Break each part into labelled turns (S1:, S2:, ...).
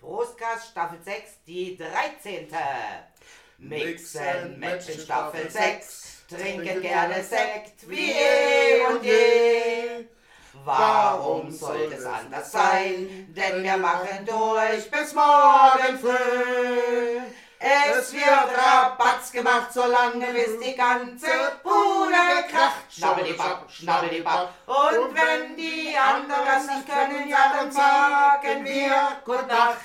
S1: Podcast Staffel 6, die 13. Mixen, Matchen Staffel 6, trinken gerne Sekt wie eh und je. Warum sollte es anders sein? Denn wir machen durch bis morgen früh. Es wird Rabatz gemacht, solange bis die ganze Bude kracht. Schnabbelibab, schnabbelibab. Und wenn die anderen das nicht können, ja, dann sagen wir Gute Nacht.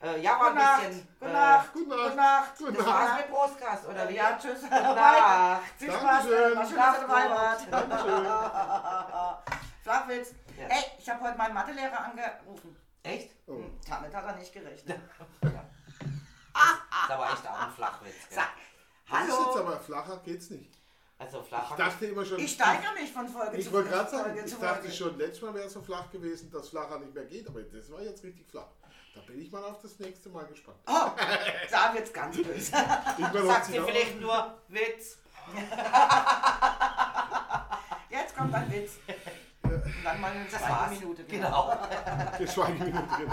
S1: Äh, ja, war ein bisschen.
S2: Gute Nacht.
S3: Gute
S2: Gute
S3: Nacht.
S2: Nacht.
S3: Gute
S1: Das war's mit Prostkast, oder wie?
S2: Äh, Ja, tschüss.
S1: Gute Nacht.
S2: Viel Spaß.
S3: Dankeschön.
S2: War schön, dass ihr dabei
S3: Dankeschön.
S2: wart. Flachwitz.
S1: Ja.
S2: Ey, ich habe heute meinen Mathelehrer angerufen.
S1: Echt?
S3: Oh.
S2: Hm, Damit hat er nicht gerechnet.
S1: Das ist aber echt auch ein Flachwitz. Gell?
S2: Sag,
S3: Das ist jetzt
S2: hallo.
S3: aber flacher geht's nicht.
S1: Also
S3: Ich
S1: Flachwitz.
S3: dachte immer schon.
S2: Ich steigere mich von Folge
S3: Ich
S2: zu
S3: wollte
S2: Folge.
S3: gerade
S2: Folge
S3: sagen, ich
S2: zu
S3: dachte
S2: Folge.
S3: schon, letztes Mal wäre es so flach gewesen, dass flacher nicht mehr geht, aber das war jetzt richtig flach. Da bin ich mal auf das nächste Mal gespannt.
S2: Oh, da wird's ganz böse.
S3: Irgendwann macht
S1: Sagt
S3: sie
S1: ihr
S3: noch-
S1: vielleicht nur Witz?
S2: Jetzt kommt ein Witz. Und dann mal eine
S1: Das
S2: zweite
S1: war's.
S2: Minute.
S1: Genau.
S3: Geschweigeminute drin.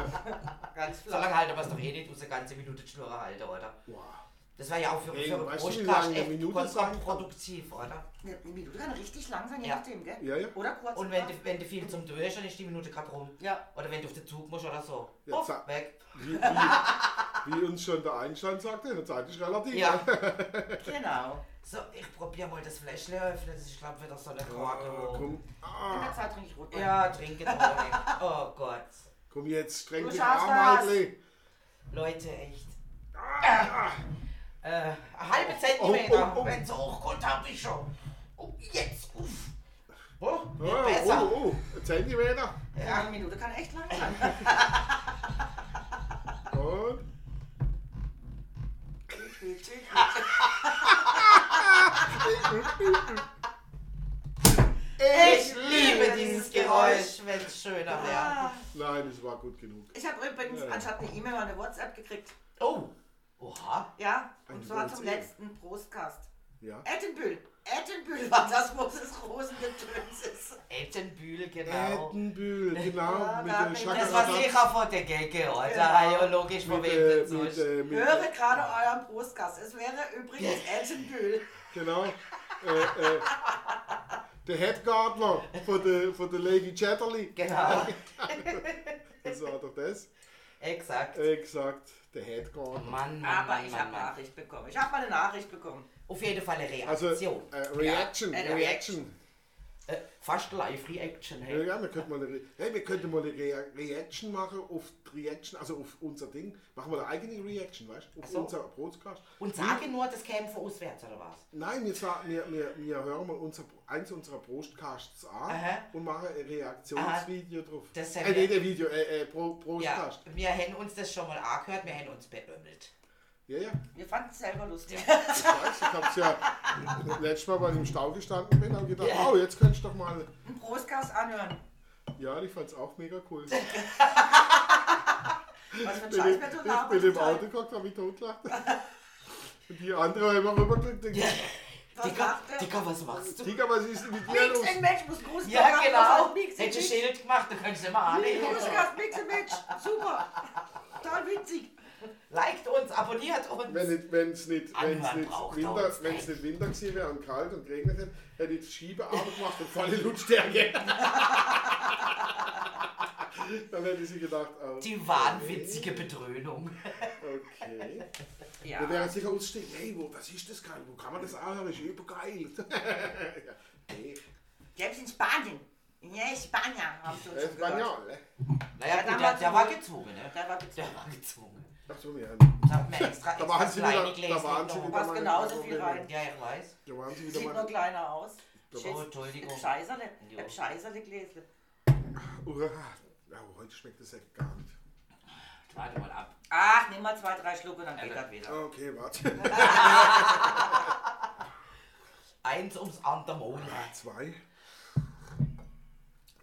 S2: Ganz
S1: So lange halten wir es doch eh nicht, unsere ganze Minute Schnurre halten, oder?
S3: Wow.
S1: Das war ja auch für,
S3: Ey,
S1: für
S3: weißt du, wie
S1: Brustkast
S3: lange eine
S1: echt
S3: Minute sein kann?
S1: kontraproduktiv, oder?
S2: Eine Minute kann richtig lang sein, je
S1: Ja.
S2: nachdem, gell?
S3: Ja, ja.
S2: Oder kurz.
S1: Und wenn du, wenn du viel zum Durch dann ist die Minute gerade rum.
S2: Ja.
S1: Oder wenn du auf den Zug musst oder so.
S3: Ja,
S1: Uff,
S3: zack.
S1: weg.
S3: Wie, wie, wie uns schon der Einstein sagte, eine Zeit ist relativ.
S1: Ja.
S2: Genau.
S1: So, ich probier mal das Fläschchen öffnen. Ich glaube wieder so eine Korke.
S3: Ah,
S1: wo-
S3: komm,
S2: In der
S3: ah,
S2: Zeit trinke ich Rotwein.
S1: Ja, trinke Tonic. Oh Gott.
S3: komm jetzt, streng
S2: Du
S3: dich
S2: schaffst
S3: an,
S2: das.
S3: Heidli.
S1: Leute, echt.
S3: Ah,
S1: Äh, eine halbe
S3: oh,
S1: Zentimeter.
S3: oh, oh.
S1: Wenn es hochkommt, hab ich schon. Oh, jetzt. Uff. Oh,
S3: oh,
S1: wird besser.
S3: oh, oh, Zentimeter.
S2: Ja, eine Minute kann echt lang sein.
S3: Und
S1: Ich liebe dieses Geräusch, wenn es schöner wäre.
S3: Nein, es war gut genug.
S2: Ich habe übrigens
S3: Ja.
S2: anstatt eine E-Mail oder eine WhatsApp gekriegt.
S1: Oh. Oha.
S2: Ja,
S3: Eine
S2: und zwar
S3: WhatsApp.
S2: zum letzten Prostcast.
S3: Ja.
S2: Ettenbühl. Ettenbühl war das, wo es Rosengetöns ist.
S1: Eltenbühl, genau.
S3: Äh, Ettenbühl, genau,
S2: Ja,
S3: mit
S2: da
S3: der
S2: bin ich-
S1: Das
S2: Das
S1: war
S2: war
S1: sicher von der Gecke, oder?
S2: Genau.
S1: Ja, logisch, von
S3: mit,
S1: wem
S3: äh,
S1: denn
S3: mit,
S1: sonst?
S3: äh, mit,
S2: Höre gerade euren Prostcast. Es wäre übrigens Ettenbühl.
S3: Genau. Äh, äh, der Headgardner von der, von der Lady Chatterley.
S1: Genau,
S3: Das war doch das.
S1: exakt.
S3: Exakt, der Headgardner.
S1: Mann, Mann,
S2: Aber
S1: Mann,
S2: ich habe
S1: Mann, Mann.
S2: Nachricht bekommen. Ich habe mal eine Nachricht bekommen.
S1: Auf jeden Fall eine
S3: Also,
S1: Reaktion.
S3: äh, Reaction,
S2: Ja, äh,
S3: Reaction.
S1: äh, fast Live-Reaction,
S3: Ja,
S1: hey.
S3: ja, wir könnten mal eine, Re hey, wir könnten mal eine Rea Reaction machen auf die Reaction, also auf unser Ding. Machen wir eine eigene Reaction, weißt du? Auf
S1: so.
S3: unser Broadcast.
S1: Und sage nur, das käme von auswärts, oder was?
S3: Nein, wir, sa- wir, wir, wir hören mal unser, eins unserer Broadcasts an
S1: Aha.
S3: und machen ein Reaktionsvideo drauf.
S1: Das haben
S3: äh,
S1: wir-
S3: nicht ein Video, äh, äh, Pro
S1: Ja,
S3: Broadcast.
S1: wir hätten uns das schon mal angehört, wir hätten uns beömmelt.
S3: Ja, ja.
S2: Wir fanden es selber lustig.
S3: Ich weiß, ich hab's ja letztes Mal, weil ich im Stau gestanden bin, habe gedacht, oh, jetzt kannst du doch mal.
S2: Ein Prostcast anhören.
S3: Ja, ich fand's auch mega cool.
S2: Was für ein
S3: bin
S2: Scheiß
S3: im,
S2: wird so
S3: ich bin im Auto geguckt, habe ich totgelacht. Und die andere haben immer rübergeguckt und gesagt,
S1: Dicker, Dicker, was machst du?
S3: Digga, was ist denn mit dir
S2: ne? Mix
S3: los?
S2: and Match muss Also groß
S1: Ja, genau. Hättest du ein
S2: Hättest
S1: Schild gemacht, dann könntest du immer annehmen.
S2: Podcast Mix and Match. Super. Total witzig.
S1: Liked uns, abonniert uns.
S3: Wenn es wenn's nicht, wenn's
S1: Anhören
S3: nicht,
S1: braucht er
S3: Winter,
S1: uns
S3: wenn's nicht Winter gewesen wäre und kalt und geregnet hätte, hätte ich die Schiebearbeit gemacht und volle Lautstärke. Dann hätte sie gedacht, oh,
S1: Die wahnwitzige Bedröhnung.
S3: okay.
S2: Ja.
S3: Da wäre sicher ausstehen, hey, wo, was ist das geil? Wo kann man das anhören? Ist übergeil. ja. Nee,
S2: Selbst in Spanien. Ja, in Spanien haben
S3: Äh,
S2: sie uns schon gehört.
S3: Espanol.
S1: Naja,
S2: Ja,
S1: gut, der,
S2: damals
S1: der
S2: so-
S1: war gezwungen, ne?
S2: Da war gezwungen.
S1: Der war gezwungen.
S3: Ach so, ja.
S1: Das hat mir extra,
S3: Da
S1: extra
S3: waren sie
S1: kleine
S3: wieder-
S1: Gläschen
S3: da waren sie
S1: genommen.
S3: wieder-
S2: Passt genauso viel rein.
S1: Ja, ich weiß.
S3: Da waren sie wieder
S2: Sieht nur
S3: mal.
S2: kleiner aus.
S3: Da
S1: Oh, Entschuldigung.
S2: Scheißerle.
S1: Jo.
S2: Scheißerle Gläsle.
S3: Uah, ja, aber heute schmeckt das echt gar nicht.
S1: Warte mal ab.
S2: Ach, nimm mal zwei, drei Schlucke und dann geht
S1: Ja.
S2: das wieder.
S3: Ah, Okay, warte.
S1: Eins ums andere Mal.
S3: Zwei.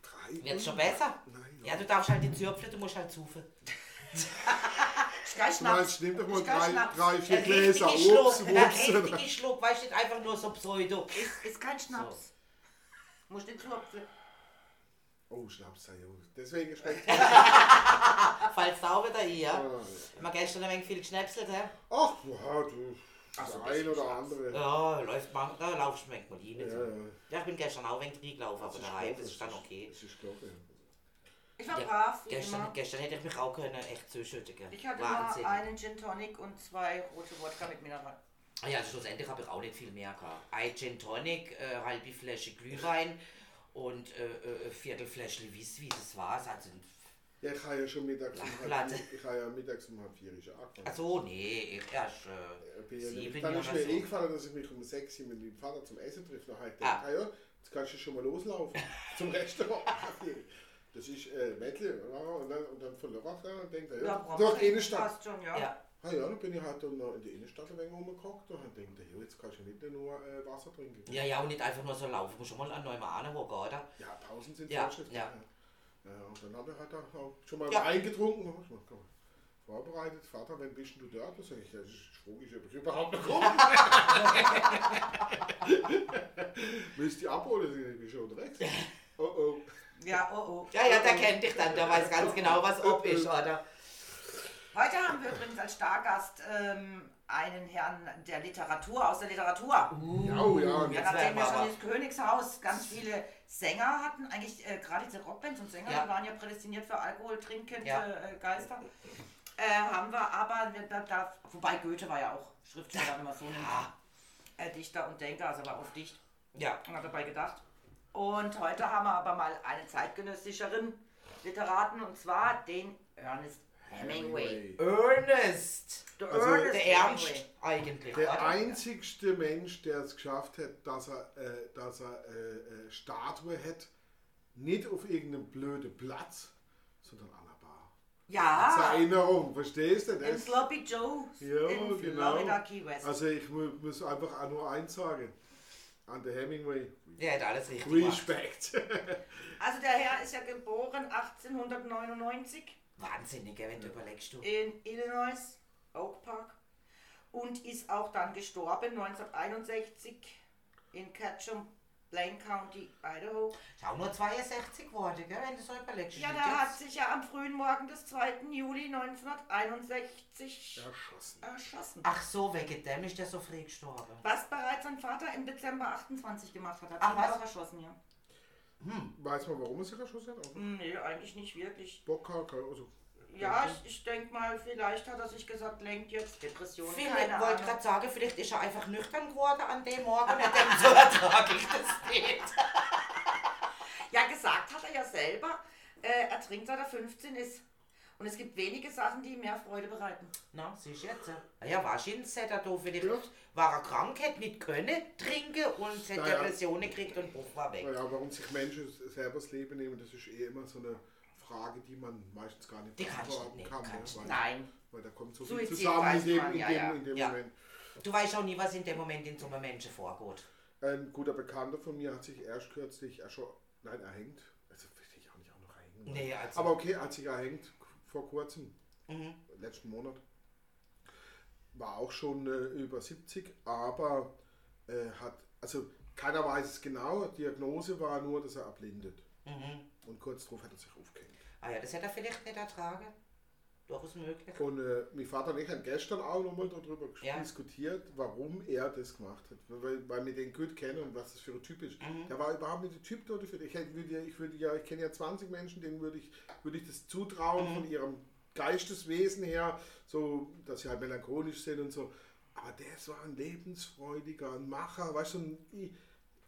S3: Drei.
S1: Wird's schon besser?
S3: Nein,
S1: Ja, du darfst halt die Zürpfle, du musst halt zufen.
S2: Sky
S3: Du meinst,
S2: Schnaps.
S3: nimm doch mal
S2: Sky
S3: drei,
S2: Schnaps.
S3: drei vier
S1: Der
S3: Gläser.
S1: richtige
S3: Ups,
S1: Äh, Schluck, Äh, der
S3: ups.
S1: richtige Schluck, weißt du, nicht einfach nur so Pseudo.
S2: Ist, ist kein Schnaps. Muss den Schlupfen.
S3: Oh, Schnaps, ja. Deswegen schmeckt
S1: Falls sauber da hier. Ja.
S3: es.
S1: Haben wir gestern ein wenig viel geschnäpselt, hä?
S3: Ach, ja, du. Das
S2: Also,
S3: ein
S2: das
S3: oder
S2: Schnaps.
S3: andere.
S1: Ja, läuft man, da lauf schmeckt man die nicht.
S3: Ja, ja.
S1: Ja, ich bin gestern auch ein wenig reingelaufen, aber
S3: Das
S1: der
S3: ist
S1: Reif,
S3: klar,
S1: das ist dann okay.
S3: Das ist klar, ja.
S2: Ich war
S1: Ja,
S2: brav, wie
S1: Gestern,
S2: immer.
S1: gestern hätte ich mich auch können echt zuschütten können.
S2: Ich hatte
S1: Wahnsinn.
S2: nur einen Gin Tonic und zwei rote Wodka mit Mineral.
S1: Ah Ja, also schlussendlich habe ich auch nicht viel mehr gehabt. Ein Gin Tonic, äh, halbe Flasche Glühwein und äh, äh, ein Viertel Fläschchen Wiss, wie das war. Also,
S3: Ja, ich habe ja schon mittags um halb
S1: Platte.
S3: vier- ich habe ja mittags um halb vier ist ja angefangen.
S1: also nee, ich erst äh,
S3: Ich bin ja also-
S1: sieben
S3: nicht- dann
S1: oder
S3: ist mir
S1: so.
S3: eingefallen, dass ich mich um 6 Uhr mit meinem Vater zum Essen treffe. Dann habe ich
S1: Ah.
S3: gedacht, ah. ja, jetzt kannst du schon mal loslaufen zum Restaurant. Das ist äh, Mädchen. Und dann, und dann von Lörrach da und denkt, ah, ja,
S2: Ja,
S3: durch
S2: brav.
S3: die Innenstadt.
S2: Passt schon, ja.
S1: Ja.
S3: Ah ja, dann bin ich halt dann noch in der Innenstadt ein wenig rumgehockt und habe gedacht, ja, jetzt kannst du nicht nur äh, Wasser trinken.
S1: Ja, ja, und nicht einfach nur so laufen. Muss schon mal an neumal an, wo geht, oder?
S3: Ja, Pausen sind
S1: Ja,
S3: Vorschrift.
S1: ja.
S3: ja, und dann habe ich halt auch schon mal
S1: Ja.
S3: Wein getrunken. Hab ich mal gedacht, Vorbereitet, Vater, wann bist denn du dort? Da sag ich, ja, das ist schwurig, ob ich überhaupt noch komme. Müsst ihr abholen, sind irgendwie schon unterwegs. Oh oh.
S2: Ja, oh oh.
S1: Ja, ja, der kennt dich dann, der weiß ganz genau, was ob ist, oder?
S2: Heute haben wir übrigens als Stargast ähm, einen Herrn der Literatur, aus der Literatur.
S3: Ja, oh ja,
S2: Ja,
S1: Jetzt
S2: nachdem
S1: werden
S2: wir
S1: wir
S2: schon
S1: aber-
S2: das Königshaus ganz viele Sänger hatten, eigentlich äh, gerade diese Rockbands und Sänger,
S1: Ja.
S2: die waren ja prädestiniert für Alkohol trinkende
S1: Ja.
S2: äh, Geister, äh, haben wir aber, wir- da, da, wobei Goethe war ja auch Schriftsteller, wenn man so nimmt, äh, Dichter und Denker, also war oft dicht,
S1: Ja,
S2: hat dabei gedacht. Und heute haben wir aber mal einen zeitgenössischeren Literaten und zwar den Ernest Hemingway.
S1: Ernest.
S2: Der
S3: Also,
S2: Ernest
S1: Der
S2: Hemingway.
S1: Ernst eigentlich.
S3: Der
S1: oder?
S3: einzigste Mensch, der es geschafft hat, dass er, äh, dass er äh, äh, Statue hat, nicht auf irgendeinem blöden Platz, sondern an der Bar. Zur
S2: Ja,
S3: Erinnerung, verstehst du
S2: im
S3: das?
S2: Sloppy Joe's
S3: Ja,
S2: in
S3: genau.
S2: Florida Key West.
S3: Also ich mu muss einfach auch nur eins sagen. An der Hemingway.
S1: Der hat alles richtig gemacht.
S3: Respect.
S2: Also der Herr ist ja geboren 1899
S1: Wahnsinnig, gell, wenn du überlegst, du.
S2: in Illinois, Oak Park, und ist auch dann gestorben 1961 in Ketchum, Blaine County, Idaho.
S1: Schau nur 62 Worte, gell, wenn du so überlegst.
S2: Ja,
S1: Steht
S2: der hat
S1: jetzt-
S2: sich ja am frühen Morgen des 2. Juli 1961
S3: Erschossen.
S2: erschossen.
S1: Ach so, wegen dem ist der so früh gestorben.
S2: Was bereits sein Vater im Dezember 28 gemacht hat, hat
S1: Ach,
S2: ihn
S1: was?
S2: auch erschossen, ja.
S3: Weiß man, warum er sich erschossen hat? Auch
S2: Hm, Nee, eigentlich nicht wirklich.
S3: Bock hat, keine- also
S2: Ja, ich, ich denke mal, vielleicht hat er sich gesagt, lenkt jetzt Depressionen.
S1: Vielleicht
S2: keine
S1: wollte
S2: Ahnung.
S1: gerade sagen, vielleicht ist er einfach nüchtern geworden an dem Morgen und dann so ertrage ich das nicht.
S2: Ja, gesagt hat er ja selber, äh, er trinkt seit er 15 ist. Und es gibt wenige Sachen, die ihm mehr Freude bereiten.
S1: Na, siehst du jetzt. Ah Ja, ja wahrscheinlich hätte er da vielleicht,
S3: Ja.
S1: war er krank, hätte nicht können trinken und hätte
S3: Ja, ja.
S1: Depressionen gekriegt und buff war weg.
S3: naja, warum sich Menschen selber das Leben nehmen, das ist eh immer so eine Frage, die man meistens gar nicht
S1: Die kannst du
S3: beantworten
S1: nicht,
S3: kann. ne?
S1: kannst du
S3: weil,
S2: Nein.
S3: weil da kommt so viel
S2: Suizid
S3: zusammen
S2: weiß
S3: in dem,
S2: man,
S3: in
S2: ja,
S3: dem,
S2: ja.
S3: In dem
S1: Ja.
S3: Moment.
S1: Du weißt auch nie, was in dem Moment in so einem Menschen vorgeht.
S3: Ein guter Bekannter von mir hat sich erst kürzlich erscho- nein, erhängt. Also will ich auch nicht auch noch erhängen.
S1: Nee, also-
S3: Aber okay, hat sich erhängt vor kurzem, letzten Monat. War auch schon äh, über 70, aber äh, hat, also keiner weiß es genau. Diagnose war nur, dass er erblindet. Und kurz darauf hat er sich aufgehängt.
S1: Ah ja, das hätte er vielleicht nicht ertragen. Durchaus möglich.
S3: Und äh, mein Vater und ich haben gestern auch nochmal darüber ges-
S1: Ja.
S3: diskutiert, warum er das gemacht hat. Weil, weil wir den gut kennen und was das für ein Typ ist. Der war überhaupt nicht der Typ dafür. Ich, hätte- würde ja, ich, würde ja, ich kenne ja 20 Menschen, denen würde ich, würde ich das zutrauen von ihrem Geisteswesen her, so dass sie halt melancholisch sind und so. Aber der ist so ein lebensfreudiger, ein Macher, weißt du, so ein, I-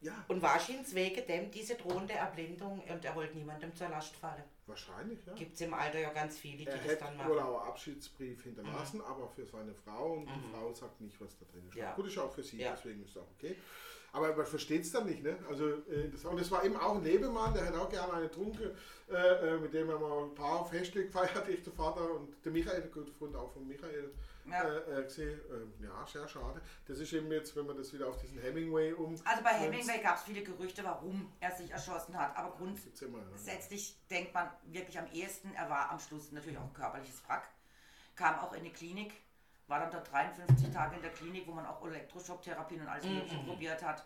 S3: ja,
S1: Und wahrscheinlich wegen dem diese drohende Erblindung und er wollte niemandem zur Last fallen.
S3: wahrscheinlich, ja.
S1: Gibt es im Alter ja ganz viele, die
S3: Er
S1: das
S3: hätte
S1: dann machen.
S3: wohl
S1: Mhm.
S3: auch einen Abschiedsbrief hinterlassen, aber für seine Frau und die Frau sagt nicht, was da drin steht.
S1: Ja.
S3: Gut, ist auch für sie,
S1: Ja.
S3: deswegen ist es auch okay. Aber man versteht es dann nicht, ne? Also, äh, das, und es war eben auch ein Lebemann, der hat auch gerne einen getrunken, äh, äh, mit dem haben wir ein paar Feste gefeiert, ich, der Vater und der Michael, der gute Freund auch von Michael,
S2: Ja.
S3: äh, äh, gesehen. Ähm, ja, sehr schade. Das ist eben jetzt, wenn man das wieder auf diesen Hemingway um...
S2: Also bei Hemingway gab es viele Gerüchte, warum er sich erschossen hat. Aber
S3: Gibt's immer, ne?
S2: grundsätzlich denkt man wirklich am ehesten, er war am Schluss natürlich auch ein körperliches Wrack. Kam auch in die Klinik,
S3: Mhm,
S2: war dann da 53 Tage in der Klinik, wo man auch Elektroschocktherapien und alles Mögliche probiert hat.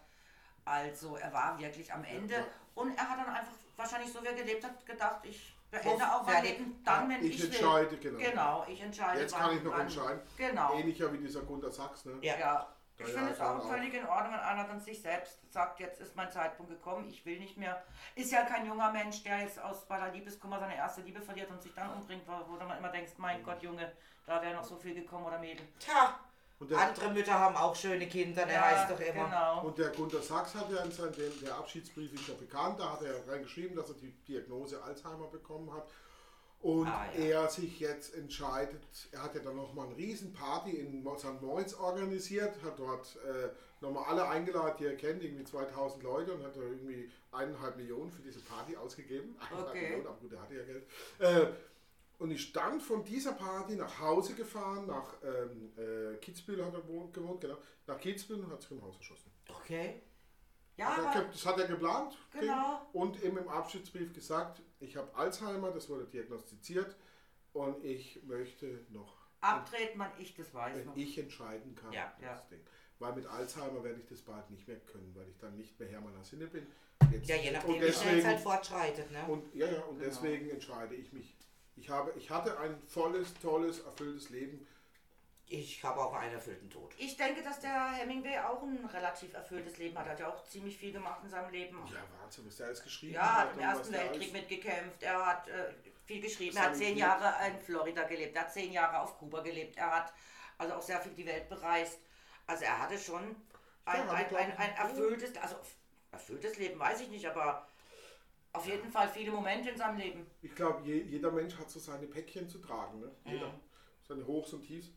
S2: Also er war wirklich am Ende und er hat dann einfach wahrscheinlich so wie er gelebt hat gedacht, ich beende auch mein
S1: fertig.
S2: Leben dann, wenn ich,
S3: Ich
S2: will.
S3: entscheide, genau.
S2: Genau, ich entscheide.
S3: Jetzt
S2: wann-
S3: kann ich noch
S2: wann-
S3: entscheiden.
S2: Genau.
S3: Ähnlicher wie dieser Gunter Sachs, ne?
S1: Ja.
S2: Ja. Ich
S3: Ja,
S2: finde es
S3: kann
S2: auch
S3: auch.
S2: völlig in Ordnung, wenn einer dann sich selbst sagt, jetzt ist mein Zeitpunkt gekommen, ich will nicht mehr. Ist ja kein junger Mensch, der jetzt aus bei der Liebeskummer seine erste Liebe verliert und sich dann umbringt, wo, wo du dann immer denkst,
S1: Mhm.
S2: mein Gott, Junge, da wäre noch so viel gekommen oder Mädel.
S1: Tja,
S3: Und der,
S1: andere Mütter haben auch schöne Kinder, der heißt doch immer.
S2: Genau.
S3: und der Gunter Sachs hat ja in seinem der- der Abschiedsbrief ist ja bekannt, da hat er reingeschrieben, dass er die Diagnose Alzheimer bekommen hat. Und
S2: Ah, ja.
S3: er sich jetzt entscheidet, er hat ja dann nochmal eine Riesenparty in St. Moritz organisiert, hat dort äh, nochmal alle eingeladen, die er kennt, irgendwie 2000 Leute und hat da irgendwie eineinhalb Millionen für diese Party ausgegeben. Eineinhalb
S2: Okay.
S3: Millionen, aber gut, er hatte ja Geld. Äh, Und ich dann von dieser Party nach Hause gefahren, nach ähm, äh, Kitzbühel hat er gewohnt, gewohnt, genau, nach Kitzbühel und hat sich im Haus erschossen.
S2: genau.
S1: Okay.
S2: Ja,
S1: also
S3: Hat er
S2: aber
S3: ge- das hat er geplant
S2: Genau.
S3: und eben im Abschiedsbrief gesagt, ich habe Alzheimer, das wurde diagnostiziert und ich möchte noch,
S2: abtreten, man ich das
S1: Äh,
S2: weiß
S3: wenn
S2: noch.
S3: ich entscheiden kann,
S1: Ja,
S3: das
S2: ja.
S3: Ding. Weil mit Alzheimer werde ich das bald nicht mehr können, weil ich dann nicht mehr Hermann Hassine bin. Jetzt-
S1: Ja, je nachdem,
S3: und
S1: wie schnell es
S3: deswegen,
S1: halt fortschreitet. Ne?
S3: und, ja, ja, und deswegen entscheide ich mich. Ich, habe, ich hatte ein volles, tolles, erfülltes Leben.
S1: Ich habe auch einen erfüllten Tod.
S2: Ich denke, dass der Hemingway auch ein relativ erfülltes Leben hat. Er hat ja auch ziemlich viel gemacht in seinem Leben.
S3: Ja, Wahnsinn, was der alles geschrieben
S2: Ja, hat im
S3: und was
S2: Ersten
S3: der
S2: Weltkrieg
S3: alles-
S2: mitgekämpft, er hat äh, viel geschrieben, er
S3: Seine
S2: hat zehn
S3: Kinder.
S2: Jahre in Florida gelebt, er hat zehn Jahre auf Kuba gelebt, er hat also auch sehr viel die Welt bereist. Also er hatte schon ein,
S3: Ja, aber
S2: ein,
S3: doch-
S2: ein, ein erfülltes, also erfülltes Leben, weiß ich nicht, aber auf jeden Fall viele Momente in seinem Leben.
S3: Ich glaube, je, jeder Mensch hat so seine Päckchen zu tragen. Ne? Jeder. Seine Hochs und Tiefs.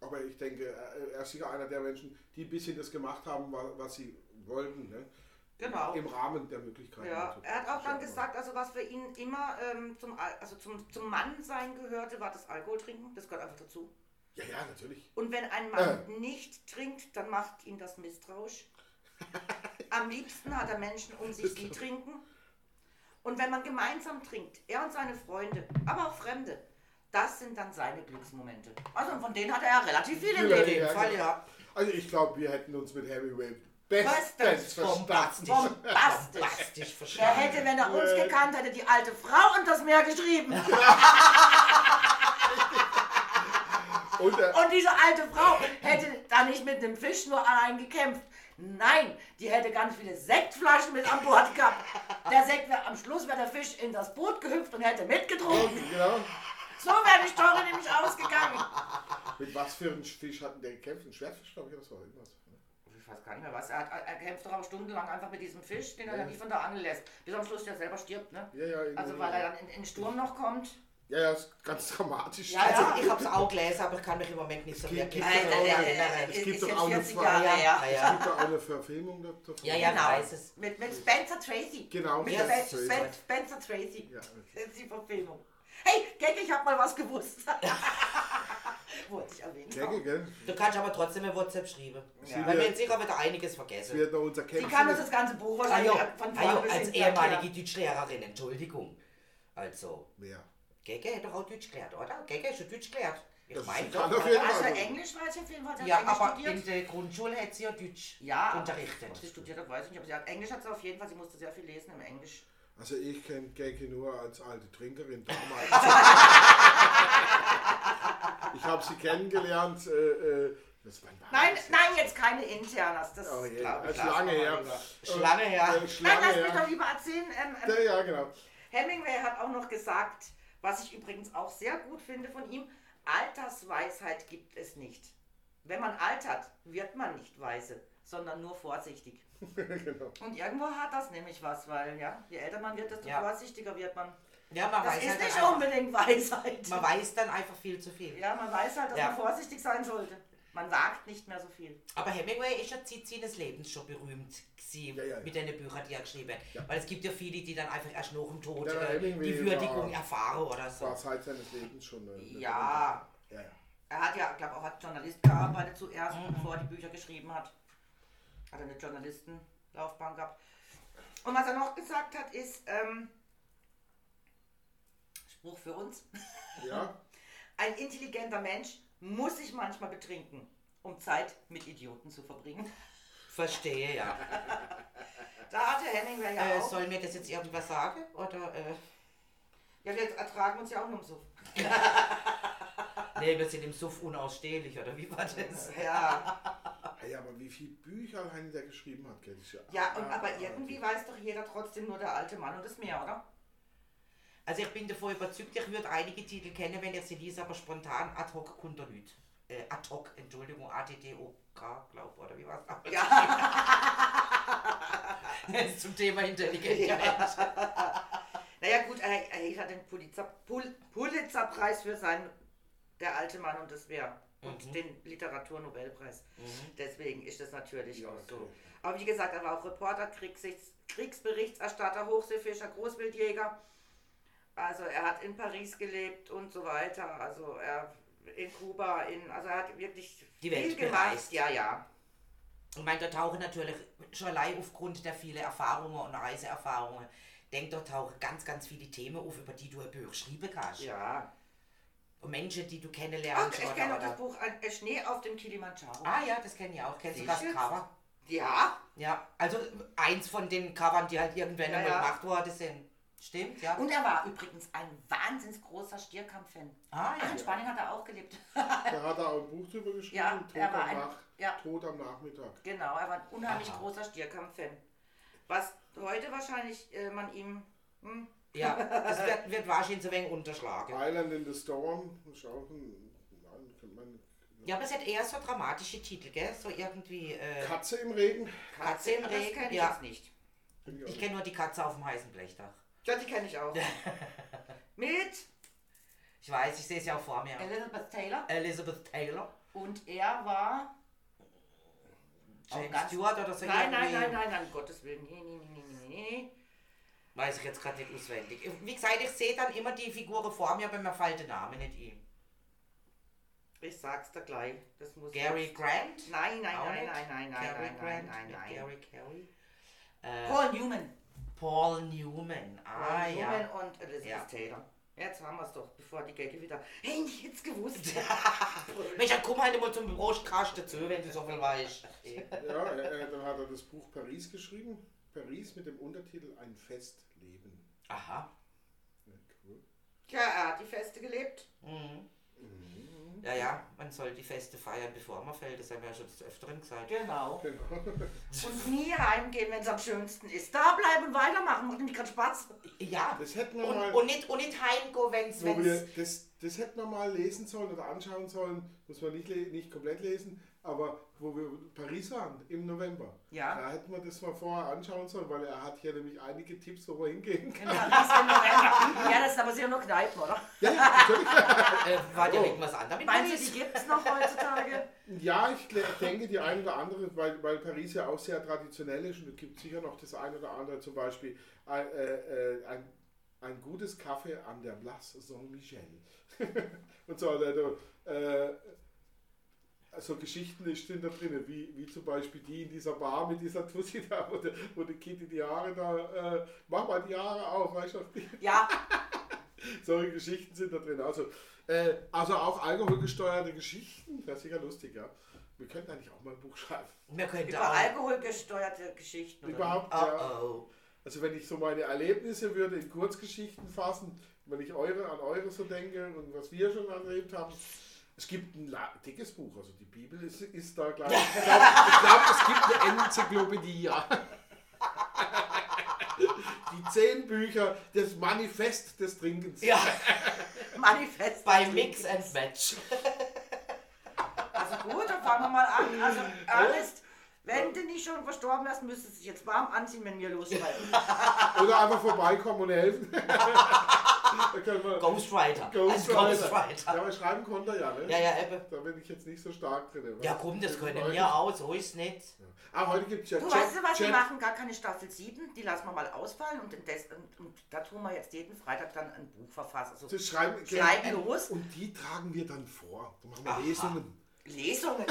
S3: Aber ich denke, er er ist sicher einer der Menschen, die ein bisschen das gemacht haben, wa- was sie wollten. Ne?
S2: Genau.
S3: Im Rahmen der Möglichkeiten.
S2: Ja,
S3: natürlich.
S2: er hat auch dann
S3: Ja.
S2: gesagt, also was für ihn immer ähm, zum, Al- also zum, zum Mannsein gehörte, war das Alkohol trinken, das gehört einfach dazu.
S3: Ja, ja, natürlich.
S2: Und wenn ein Mann nicht trinkt, dann macht ihn das misstrauisch. Am liebsten hat er Menschen um sich, die trinken. Und wenn man gemeinsam trinkt, er und seine Freunde, aber auch Fremde, das sind dann seine Glücksmomente. Also und von denen hat er ja relativ viele im
S3: Ja,
S2: Leben.
S1: jeden
S3: ja,
S1: Fall,
S3: genau.
S1: ja.
S3: Also ich glaube, wir hätten uns mit Heavyweight bestens
S2: Bestens
S3: verstanden.
S2: Bombastisch.
S1: Bombastisch
S2: Er
S1: verschlagen.
S2: hätte, wenn er uns gekannt hätte, die alte Frau und das Meer geschrieben.
S3: Und äh, er,
S2: Und diese alte Frau hätte da nicht mit einem Fisch nur allein gekämpft. Nein, die hätte ganz viele Sektflaschen mit an Bord gehabt. Der Sekt wäre am Schluss, wäre der Fisch in das Boot gehüpft und hätte mitgetrunken.
S3: genau,
S2: So wäre die Story nämlich ausgegangen.
S3: mit was für einem Fisch hatten der gekämpft? Ein Schwertfisch, glaube ich, das war irgendwas. ne?
S2: Ich weiß gar nicht mehr was. Er, hat, er kämpft doch auch stundenlang einfach mit diesem Fisch, den er dann nie von der Angel lässt. Bis am Schluss der selber stirbt, ne?
S3: Ja, ja, irgendwie.
S2: Also weil er dann in, in den Sturm noch kommt.
S3: Ja, ja, ist ganz dramatisch.
S2: Ja, ja.
S1: Also ich habe es auch gelesen, aber ich kann mich im Moment nicht so
S3: Gibt-
S1: wirklich
S3: gibt es
S1: daran
S3: auch eine-
S1: erinnern.
S3: gibt
S2: ist
S3: doch
S2: jetzt
S3: auch eine
S2: 40
S3: Frau.
S2: Jahre her.
S1: Ja,
S3: Es
S1: ja.
S3: gibt da eine Verfilmung da- davon.
S1: Ja, ja, ich
S2: Genau.
S1: weiß es.
S2: Mit, mit Spencer Tracy.
S3: Genau,
S2: Mit
S1: Spencer
S2: Spen
S3: Tracy.
S2: Spen Spencer Tracy.
S3: Ja,
S2: Das ist die Verfilmung. Hey, Gag, ich hab mal was gewusst. Wollte ich erwähnen.
S3: Gecke, gell?
S1: Du kannst aber trotzdem eine WhatsApp schreiben.
S3: Sie
S1: Weil wir
S3: wird-
S1: jetzt sicher wieder einiges
S3: Es
S1: vergessen. Ah,
S3: wird noch unser
S2: Sie kann uns
S3: Kämpfen.
S2: das ganze Buch wahrscheinlich
S1: Ajo,
S2: von
S1: ajo,
S2: vorne bis
S1: als
S2: hinten erklären.
S1: ehemalige Deutschlehrerin, Entschuldigung. Also,
S3: Mehr.
S1: Gege hat doch auch Deutsch gelernt, oder? Gege hat schon Deutsch gelernt. Ich
S3: Das
S1: meine
S3: kann
S1: doch.
S3: auf jeden
S2: Also
S3: Fall.
S2: Englisch weiß ich auf jeden Fall, sie hat
S1: Ja,
S2: Englisch
S1: aber in
S2: studiert.
S1: der Grundschule hat sie ja Deutsch
S2: Ja, ob sie
S1: unterrichtet.
S2: studiert hat, weiß ich nicht, aber sie hat Englisch hat sie auf jeden Fall, sie musste sehr viel lesen im Englisch.
S3: Also ich kenne Gecke nur als alte Trinkerin damals. ich habe sie kennengelernt. Äh, äh, das war ein
S2: Nein,
S3: Wahnsinn.
S2: nein, jetzt keine Internas, das
S3: Oh, je,
S2: glaube ich.
S3: also
S2: lassen
S3: lange
S2: wir mal
S3: her.
S2: lieber.
S1: Schlange her.
S3: Äh,
S2: Nein,
S3: Schlange
S2: lass mich doch
S3: her.
S2: lieber erzählen. Ähm, ähm,
S3: Ja, ja, genau.
S2: Hemingway hat auch noch gesagt, was ich übrigens auch sehr gut finde von ihm, Altersweisheit gibt es nicht. Wenn man altert, wird man nicht weise, sondern nur vorsichtig.
S1: Genau.
S2: Und irgendwo hat das nämlich was, weil ja, je älter man wird, desto
S1: Ja.
S2: vorsichtiger wird man.
S1: Ja, man
S2: Das
S1: weiß,
S2: ist
S1: halt
S2: nicht
S1: dann einfach,
S2: unbedingt Weisheit.
S1: man weiß dann einfach viel zu viel.
S2: ja, man weiß halt, dass
S1: Ja.
S2: man vorsichtig sein sollte. Man wagt nicht mehr so viel.
S1: Aber Hemingway ist ja Zeit seines Lebens schon berühmt gewesen,
S3: Ja, ja, ja.
S1: mit den Büchern, die er geschrieben hat. Weil es gibt ja viele, die dann einfach erst nach dem Tod
S3: Ja,
S1: äh,
S3: Hemingway
S1: die Würdigung
S3: war-
S1: erfahren oder
S3: Das
S1: so.
S3: war seit seines Lebens schon. äh, Eine, eine
S2: Ja,
S3: Ja, ja.
S2: er hat ja, glaube auch als Journalist gearbeitet zuerst,
S1: Mhm.
S2: bevor er die Bücher geschrieben hat. Hat er eine Journalistenlaufbahn gehabt. Und was er noch gesagt hat, ist, ähm, Spruch für uns,
S3: ja.
S2: ein intelligenter Mensch muss sich manchmal betrinken, um Zeit mit Idioten zu verbringen.
S1: Verstehe, ja.
S2: Da hatte Hemingway ja
S1: Äh,
S2: auch.
S1: soll mir das jetzt irgendwas sagen? Oder, äh,
S2: Ja, wir ertragen uns ja auch nur im Suff.
S1: nee, wir sind im Suff unausstehlich, oder wie war das?
S2: Ja,
S3: Hey, aber wie viele Bücher allein der geschrieben hat, kenn ich ja. ah,
S2: ja
S1: Ah,
S2: und, aber irgendwie weiß doch jeder trotzdem nur der alte Mann und das Meer, oder?
S1: Also ich bin davon überzeugt, ich würde einige Titel kennen, wenn ich sie lese, aber spontan ad hoc kunter nicht. Äh, ad hoc, Entschuldigung, A-T-T-O-K, glaub, oder wie war's?
S2: Ja,
S1: Das ist zum Thema intelligent.
S2: Ja. naja gut, er, er hat den Pulitzer, Pul, Pulitzerpreis für seinen Der alte Mann und das Meer und
S1: Mhm.
S2: den Literaturnobelpreis.
S1: Mhm.
S2: Deswegen ist das natürlich
S3: Ja,
S2: auch so.
S3: okay.
S2: Aber wie gesagt, er war auch Reporter, Kriegsrichts- Kriegsberichterstatter, Hochseefischer, Großwildjäger. Also er hat in Paris gelebt und so weiter. Also er in Kuba, in, also er hat wirklich
S1: Die Welt
S2: viel gemacht.
S1: bereist.
S2: Ja, ja.
S1: Ich meine, da tauchen natürlich schon allein aufgrund der vielen Erfahrungen und Reiseerfahrungen, denkt dort tauchen ganz, ganz viele Themen auf, über die du ein Buch schreiben kannst.
S2: Ja.
S1: Und Menschen, die du
S2: Ach,
S1: kennenlernst.
S2: ich kenne auch das
S1: Buch.
S2: Buch ein- Schnee auf dem Kilimanjaro.
S1: Ah ja, das kenne ich auch. Kennst du das
S2: Sicher?
S1: Cover?
S2: Ja.
S1: Ja, also eins von den Covern, die halt irgendwann
S2: Ja,
S1: einmal
S2: ja.
S1: gemacht worden sind. Stimmt, ja.
S2: Und er war übrigens ein wahnsinnig großer Stierkampf-Fan.
S1: ah,
S2: Ach,
S1: ja.
S2: in Spanien hat er auch gelebt.
S3: Da hat er auch ein Buch drüber geschrieben,
S2: Ja,
S3: Tod,
S2: er war
S3: am
S2: ein-
S3: Nach
S2: ja.
S3: Tod am Nachmittag.
S2: Genau, er war ein unheimlich
S1: Aha.
S2: großer Stierkampf-Fan. Was heute wahrscheinlich äh, man ihm. Hm,
S1: ja, das wird, wird wahrscheinlich so ein wenig unterschlagen.
S3: Island in the Storm, ist auch ein, nein, kennt man nicht.
S1: Ja, aber es hat eher so dramatische Titel, gell? So irgendwie. Äh,
S3: Katze im Regen.
S1: Katze im
S2: das
S1: Regen,
S2: kenne ich
S1: ja.
S2: jetzt nicht.
S3: Bin ich auch
S1: ich kenne nur die Katze auf dem heißen Blechdach.
S2: Ja, die kenne ich auch. Mit
S1: Ich weiß, ich sehe es ja auch vor mir.
S2: Elizabeth Taylor.
S1: Elizabeth Taylor,
S2: Und er war. Auch
S1: James
S2: ganz-
S1: Stewart oder so
S2: Nein, nein,
S1: irgendwie.
S2: nein, nein, nein, um Gottes Willen. Nee, nee, nee, nee, nee, nee.
S1: Weiß ich jetzt gerade nicht auswendig. Wie gesagt, ich sehe dann immer die Figuren vor mir, aber mir fällt der Name nicht ein.
S2: Ich sag's dir gleich. Das muss
S1: Gary Grant?
S2: Nein, nein,
S1: Auch
S2: nein,
S1: nicht?
S2: nein, nein, nein,
S1: Gary
S2: nein, nein,
S1: Grant
S2: nein,
S1: mit
S2: nein,
S1: Gary Carey. Äh,
S2: Paul Newman.
S1: Paul Newman. Ah
S2: Paul
S1: ja.
S2: Newman und Elizabeth
S1: Ja.
S2: Taylor. Jetzt haben wir's doch, bevor die Gecke wieder. Hey, ich hätt's gewusst.
S1: Micha, komm halt mal zum Brustkast dazu, wenn du so viel weißt.
S3: Ja, er, er, dann hat er das Buch Paris geschrieben. Paris mit dem Untertitel Ein Festleben.
S1: Aha.
S3: Ja, cool.
S2: Ja, er hat die Feste gelebt.
S1: Mhm. Ja, ja, man soll die Feste feiern, bevor man fällt. Das haben wir ja schon des Öfteren gesagt.
S2: Genau.
S3: Genau.
S2: Und nie heimgehen, wenn es am schönsten ist. Da bleiben und weitermachen macht nämlich gerade Spaß.
S1: Ja.
S3: Das hätten wir
S1: Und,
S3: mal,
S1: und nicht, und nicht heimgehen, wenn's,
S3: wo wir,
S1: wenn's...
S3: das, das hätten wir mal lesen sollen oder anschauen sollen. Muss man nicht, le- nicht komplett lesen, aber wo wir in Paris waren im November.
S2: Ja.
S3: Da hätten wir das mal vorher anschauen sollen, weil er hat hier nämlich einige Tipps, wo wir hingehen kann.
S2: Genau, ja, das sind aber sicher nur Kneipen, oder?
S1: Äh, war dir irgendwas anderes mit
S2: Meinst du,
S1: Paris?
S2: die gibt es noch heutzutage?
S3: Ja, ich gl- denke, die ein oder andere, weil, weil Paris ja auch sehr traditionell ist und es gibt sicher noch das ein oder andere, zum Beispiel ein, äh, äh, ein, ein gutes Kaffee an der Place Saint-Michel. und so, oder, äh, so Geschichten stehen da drin, wie, wie zum Beispiel die in dieser Bar mit dieser Tussi da, wo, der, wo die Kitty die Haare da, äh, mach mal die Haare auf, weißt du,
S2: Ja,
S3: solche Geschichten sind da drin. Also, äh, also auch alkoholgesteuerte Geschichten, das ist sicher lustig, ja. Wir könnten eigentlich auch mal ein Buch schreiben.
S1: Wir könnten
S2: über
S1: auch...
S2: alkoholgesteuerte Geschichten. oder?
S3: Überhaupt, ja.
S1: Oh, oh.
S3: Also wenn ich so meine Erlebnisse würde in Kurzgeschichten fassen, wenn ich eure an eure so denke und was wir schon erlebt haben. Es gibt ein la- dickes Buch, also die Bibel ist, ist da gleich. Ich glaube, glaub, es gibt eine Enzyklopädie, ja. Die zehn Bücher, das Manifest des Trinkens.
S1: Ja,
S2: Manifest.
S1: bei Mix and Match.
S2: Also gut, dann fangen wir mal an. Also, Ernest, wenn du nicht schon verstorben wärst, müsstest du dich jetzt warm anziehen, wenn wir losreiten.
S3: Oder einfach vorbeikommen und helfen. da können wir
S1: Ghost Rider. Als Ghost
S3: Ja,
S1: Rider.
S3: aber schreiben konnte er ja, ne?
S1: Ja, ja, eben.
S3: Da bin ich jetzt nicht so stark drin.
S1: Ja, komm, das können
S3: heute-
S1: wir auch. So ist nicht.
S3: Ah, heute gibt es ja
S2: Du
S3: Jet-
S2: weißt du was, wir
S3: Jet-
S2: machen gar keine Staffel 7, die lassen wir mal ausfallen und, in des, und, und da tun wir jetzt jeden Freitag dann ein Buch verfassen. Also
S3: zu schreiben.
S2: schreiben los,
S3: Und die tragen wir dann vor. Dann machen wir
S1: Aha.
S3: Lesungen.
S2: Lesungen.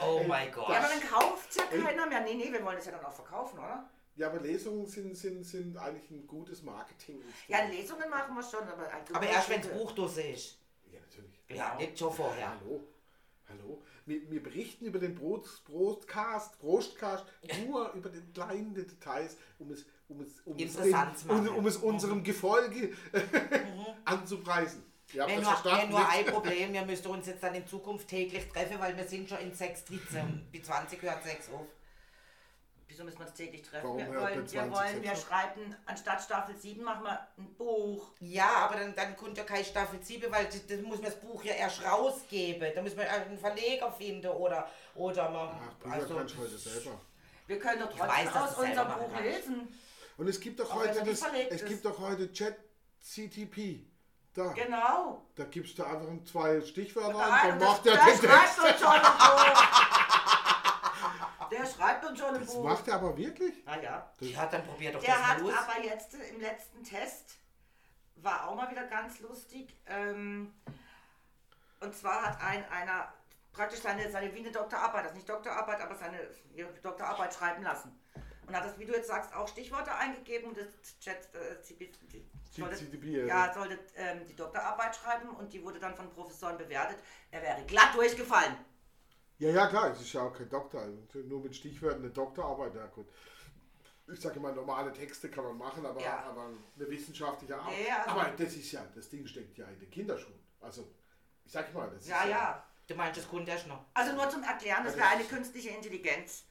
S1: Oh mein
S2: Ja, aber
S1: Gott.
S2: dann kauft ja keiner mehr. Nee, nee, wir wollen das ja dann auch verkaufen, oder?
S3: Ja, aber Lesungen sind, sind, sind eigentlich ein gutes Marketing.
S2: Ja, Lesungen machen wir schon, aber
S1: Aber erst wenn das Buch durch ist.
S3: Ja, natürlich.
S1: Ja, nicht schon vorher.
S3: Hallo. Hallo. wir, wir berichten über den Brot, Brotcast, Brotcast, nur über den kleinen Details, um es, um es, um es,
S1: Interessant zu machen.
S3: um, um es unserem Gefolge anzupreisen. Ihr habt
S1: Wir haben
S3: das
S1: nur, wir haben
S3: verstanden.
S1: nur ein Problem, wir müssen uns jetzt dann in Zukunft täglich treffen, weil wir sind schon in sechs Sitze und bis 20 hört sechs auf.
S2: Wieso müssen wir uns täglich treffen?
S3: Warum
S2: wir
S3: hört
S2: wollen,
S3: man
S2: wir,
S3: 20
S2: wollen, wir
S3: Sätze?
S2: schreiben, anstatt Staffel 7 machen wir ein Buch.
S1: Ja, aber dann, dann kommt ja keine Staffel 7, weil das, das muss man das Buch ja erst rausgeben. Da müssen wir einen Verleger finden oder, oder man. also,
S3: Ach, Bücher
S2: Also-
S3: kannst du heute selber.
S2: Wir können doch trotzdem
S1: weiß, dass
S2: aus
S1: du selber
S2: unserem
S1: machen
S2: Buch
S1: kannst.
S2: lesen.
S3: Und es gibt doch
S2: Auch
S3: heute
S2: wenn er
S3: das,
S2: nicht verlegt
S3: es
S2: ist.
S3: gibt doch heute Chat-CTP. Da,
S2: Genau.
S3: da gibst du einfach ein- zwei Stichwörter
S2: Ah,
S3: ein, dann
S2: und
S3: macht er
S2: das- der
S3: den Text.
S2: schreibt uns schon ein Buch. Der schreibt uns schon ein
S3: Das
S2: Buch.
S3: macht er aber wirklich.
S2: Na ja.
S1: Ja, dann probier doch
S2: Der
S1: das
S2: hat
S1: los.
S2: aber jetzt äh, im letzten Test, war auch mal wieder ganz lustig. Ähm, und zwar hat ein, einer praktisch seine, seine wie eine Doktorarbeit, das nicht Doktorarbeit, aber seine ihre Doktorarbeit schreiben lassen. Und hat das, wie du jetzt sagst, auch Stichworte eingegeben. Das Chat, äh, CP, die-
S3: C-
S2: sollte,
S3: CDP, ja.
S2: ja, sollte ähm, die Doktorarbeit schreiben und die wurde dann von Professoren bewertet. Er wäre glatt durchgefallen.
S3: Ja, ja, klar, es ist ja auch kein Doktor. also Nur mit Stichwörtern eine Doktorarbeit, ja gut. Ich sage immer, normale Texte kann man machen, aber,
S2: Ja.
S3: aber eine wissenschaftliche Arbeit.
S2: Ja, also ja.
S3: Aber das ist ja, das Ding steckt ja in den Kinderschuhen. Also, ich sag mal, das
S2: Ja,
S3: ist
S2: ja.
S1: Du meinst, das kommt erst noch.
S2: Also nur zum Erklären, das
S3: Ja,
S2: wäre
S3: das
S2: eine
S3: ist-
S2: künstliche Intelligenz.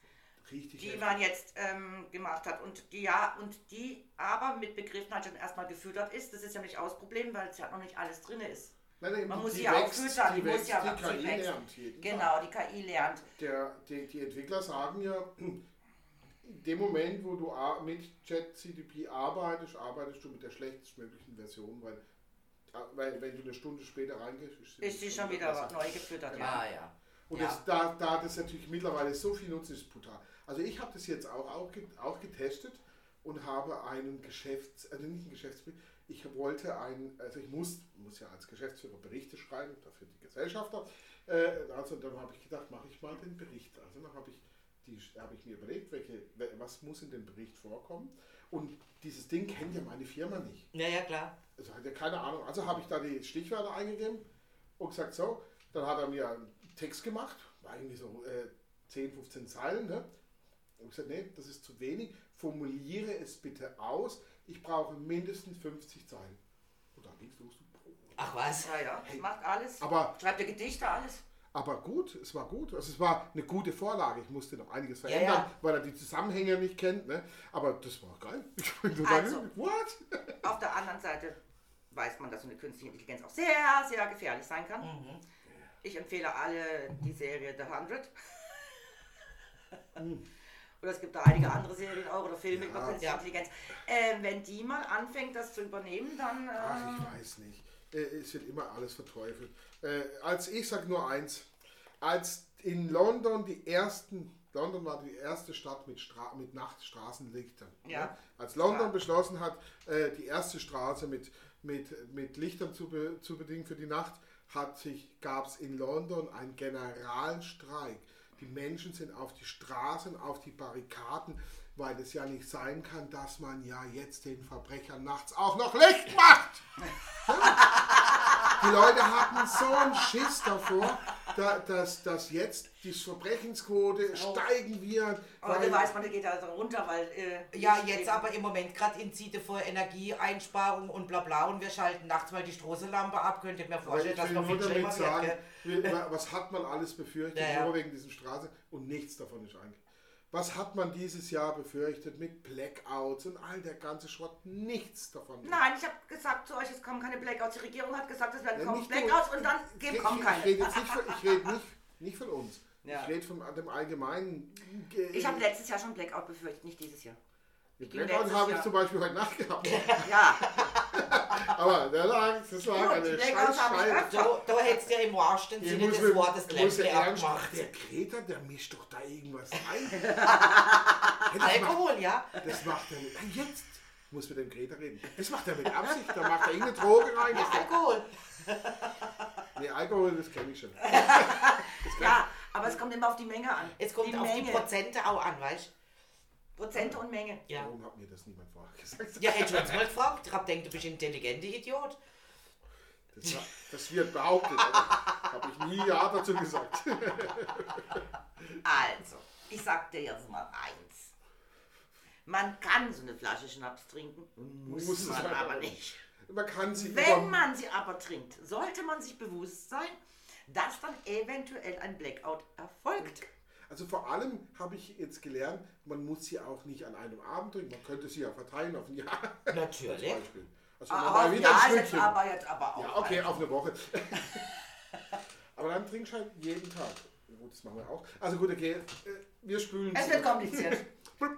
S3: richtig.
S2: die
S3: heftig.
S2: man jetzt ähm, gemacht hat und die ja und die aber mit Begriffen halt schon erstmal gefüttert ist. Das ist ja nicht ausproblem, weil es ja noch nicht alles drin ist.
S3: Nein, nein,
S2: Man
S3: die-
S2: muss
S3: die
S2: sie ja auch
S3: wächst,
S2: füttern, die, muss
S3: wächst,
S2: ja
S3: die KI
S2: sie wächst.
S3: lernt jeden Tag.
S2: Genau, die KI lernt.
S3: Der, die, die Entwickler sagen ja, in dem Moment, wo du a- mit ChatGPT arbeitest, arbeitest du mit der schlechtestmöglichen Version, weil, äh, weil wenn du eine Stunde später reingehst, ist
S2: Ist sie
S3: eine
S2: schon
S3: Stunde
S2: wieder
S3: besser.
S2: neu gefüttert, ja.
S1: Ah, ja.
S3: Und
S1: Ja.
S3: das, da, da das natürlich mittlerweile so viel nutzt, ist brutal. Also ich habe das jetzt auch, auch, ge- auch getestet und habe einen Geschäfts-, also nicht einen Geschäftsbericht, ich wollte einen, also ich muss, muss ja als Geschäftsführer Berichte schreiben, dafür die Gesellschafter. Äh, also dann habe ich gedacht, mache ich mal den Bericht. Also dann habe ich, die, habe ich mir überlegt, welche, wel- was muss in dem Bericht vorkommen. Und dieses Ding kennt ja meine Firma nicht.
S1: Ja, ja, klar.
S3: Also hat er keine Ahnung. Also habe ich da die Stichwörter eingegeben und gesagt, so, dann hat er mir einen Text gemacht, war irgendwie so äh, 10, 15 Zeilen. Ne? Und gesagt, nee, das ist zu wenig, formuliere es bitte aus. Ich brauche mindestens 50 Zeilen. Und dann ging's los.
S1: Ach was.
S2: Ja, ja, macht alles.
S3: Aber,
S2: Schreibt ihr Gedichte, alles.
S3: aber gut, es war gut. Also es war eine gute Vorlage. Ich musste noch einiges
S1: ja.
S3: verändern, weil er die Zusammenhänge nicht kennt. Ne? Aber das war geil. Ich bin total
S2: Also.
S3: what?
S2: Auf der anderen Seite weiß man, dass so eine künstliche Intelligenz auch sehr, sehr gefährlich sein kann.
S3: Mhm.
S2: Ich empfehle alle die Serie The 100.
S3: Mhm.
S2: Oder es gibt da einige andere Serien auch oder Filme über künstliche
S1: Ja.
S2: Intelligenz. Ähm, wenn die mal anfängt, das zu übernehmen, dann. Äh,
S3: Ach, ich weiß nicht. Äh, Es wird immer alles verteufelt. Äh, Als ich sag nur eins. Als in London die ersten, London war die erste Stadt mit, Stra mit Nachtstraßenlichtern.
S2: Ja.
S3: ne? Als London
S2: Ja.
S3: beschlossen hat, äh, die erste Straße mit, mit, mit Lichtern zu, be zu bedingen für die Nacht, hat sich, gab es in London einen generalen Streik. Die Menschen sind auf die Straßen, auf die Barrikaden, weil es ja nicht sein kann, dass man ja jetzt den Verbrechern nachts auch noch Licht macht. Die Leute hatten so einen Schiss davor, da, dass, dass jetzt die Verbrechensquote steigen wird.
S2: aber
S3: weil-
S2: dann weiß man, der geht da also runter, weil. Äh,
S1: Ja,
S2: die-
S1: jetzt aber im Moment gerade in Ziele vor Energieeinsparung und bla bla und wir schalten nachts mal die Strohselampe ab. Könnt ihr mir
S3: Aber
S1: vorstellen,
S3: ich
S1: dass
S3: will
S1: noch
S3: nur
S1: viel
S3: damit
S1: schlimmer wird,
S3: sagen,
S1: gell?
S3: wir- wa- was hat man alles befürchtet,
S1: Ja, ja.
S3: nur wegen dieser Straße und nichts davon ist eigentlich. Was hat man dieses Jahr befürchtet mit Blackouts und all der ganze Schrott? Nichts davon. ist.
S2: Nein, ich habe gesagt zu euch, es kommen keine Blackouts. Die Regierung hat gesagt, es werden
S3: Ja,
S2: kaum
S3: nicht nur-
S2: Blackouts und dann
S3: Ich,
S2: geben
S3: ich,
S2: kaum
S3: ich
S2: keine.
S3: rede jetzt nicht, von, ich rede nicht, nicht von uns.
S2: Ja.
S3: Ich rede von dem allgemeinen. äh,
S2: Ich habe letztes Jahr schon Blackout befürchtet, nicht dieses Jahr.
S3: den
S2: letztes
S3: Blackout habe ich
S2: Jahr-
S3: zum Beispiel heute Nacht gehabt.
S2: Ja.
S3: Aber der lag, das lag
S2: Gut,
S3: eine
S2: die
S3: scheiß
S2: Blackouts haben
S3: Scheibe.
S2: wir-
S1: Da, da hättest du ja im wahrsten
S3: Ich
S1: Sinne
S3: muss
S1: des
S3: mir-
S1: Wortes
S3: ich muss mir
S1: Lämpfe
S3: ernst-
S1: abgemacht.
S3: Der Greta, der mischt doch da irgendwas rein. Hey, das, macht,
S1: Alkohol, ja?
S3: das macht er mit. Ah, Jetzt muss mit dem Greta reden. Das macht er mit Absicht. Da macht er irgendeine Droge rein. Das
S1: Alkohol.
S3: nee, Alkohol, das kenne ich schon.
S2: Ja, aber es kommt immer auf die Menge an.
S1: Es kommt auf die Prozente auch an, weißt
S2: Prozente und Menge.
S1: du? Ja.
S3: Warum hat mir das niemand vorher gesagt?
S1: Ja, hättest du uns mal gefragt. Ich hab gedacht, du bist ein intelligenter Idiot.
S3: Das, war, das wird behauptet. aber Habe ich nie Ja dazu gesagt.
S2: Also, ich sag dir jetzt mal eins. Man kann so eine Flasche Schnaps trinken, muss,
S3: Muss es
S2: man
S3: leider
S2: aber
S3: nicht.
S2: nicht.
S3: Man kann sie
S2: Wenn
S3: über-
S2: man sie aber trinkt, sollte man sich bewusst sein, dass dann eventuell ein Blackout erfolgt.
S3: Also vor allem habe ich jetzt gelernt, man muss sie auch nicht an einem Abend trinken. Man könnte sie ja verteilen auf ein Jahr zum
S1: Natürlich.
S3: Beispiel. Also
S2: Ah,
S3: man
S2: Aber
S3: mal wieder ein
S2: jetzt
S3: Stückchen.
S2: aber jetzt aber auch.
S3: Ja, okay, auf eine Woche. Aber dann trinkst du halt jeden Tag. Gut, das machen wir auch. Also gut, okay, äh, wir spülen.
S2: Es wird kompliziert.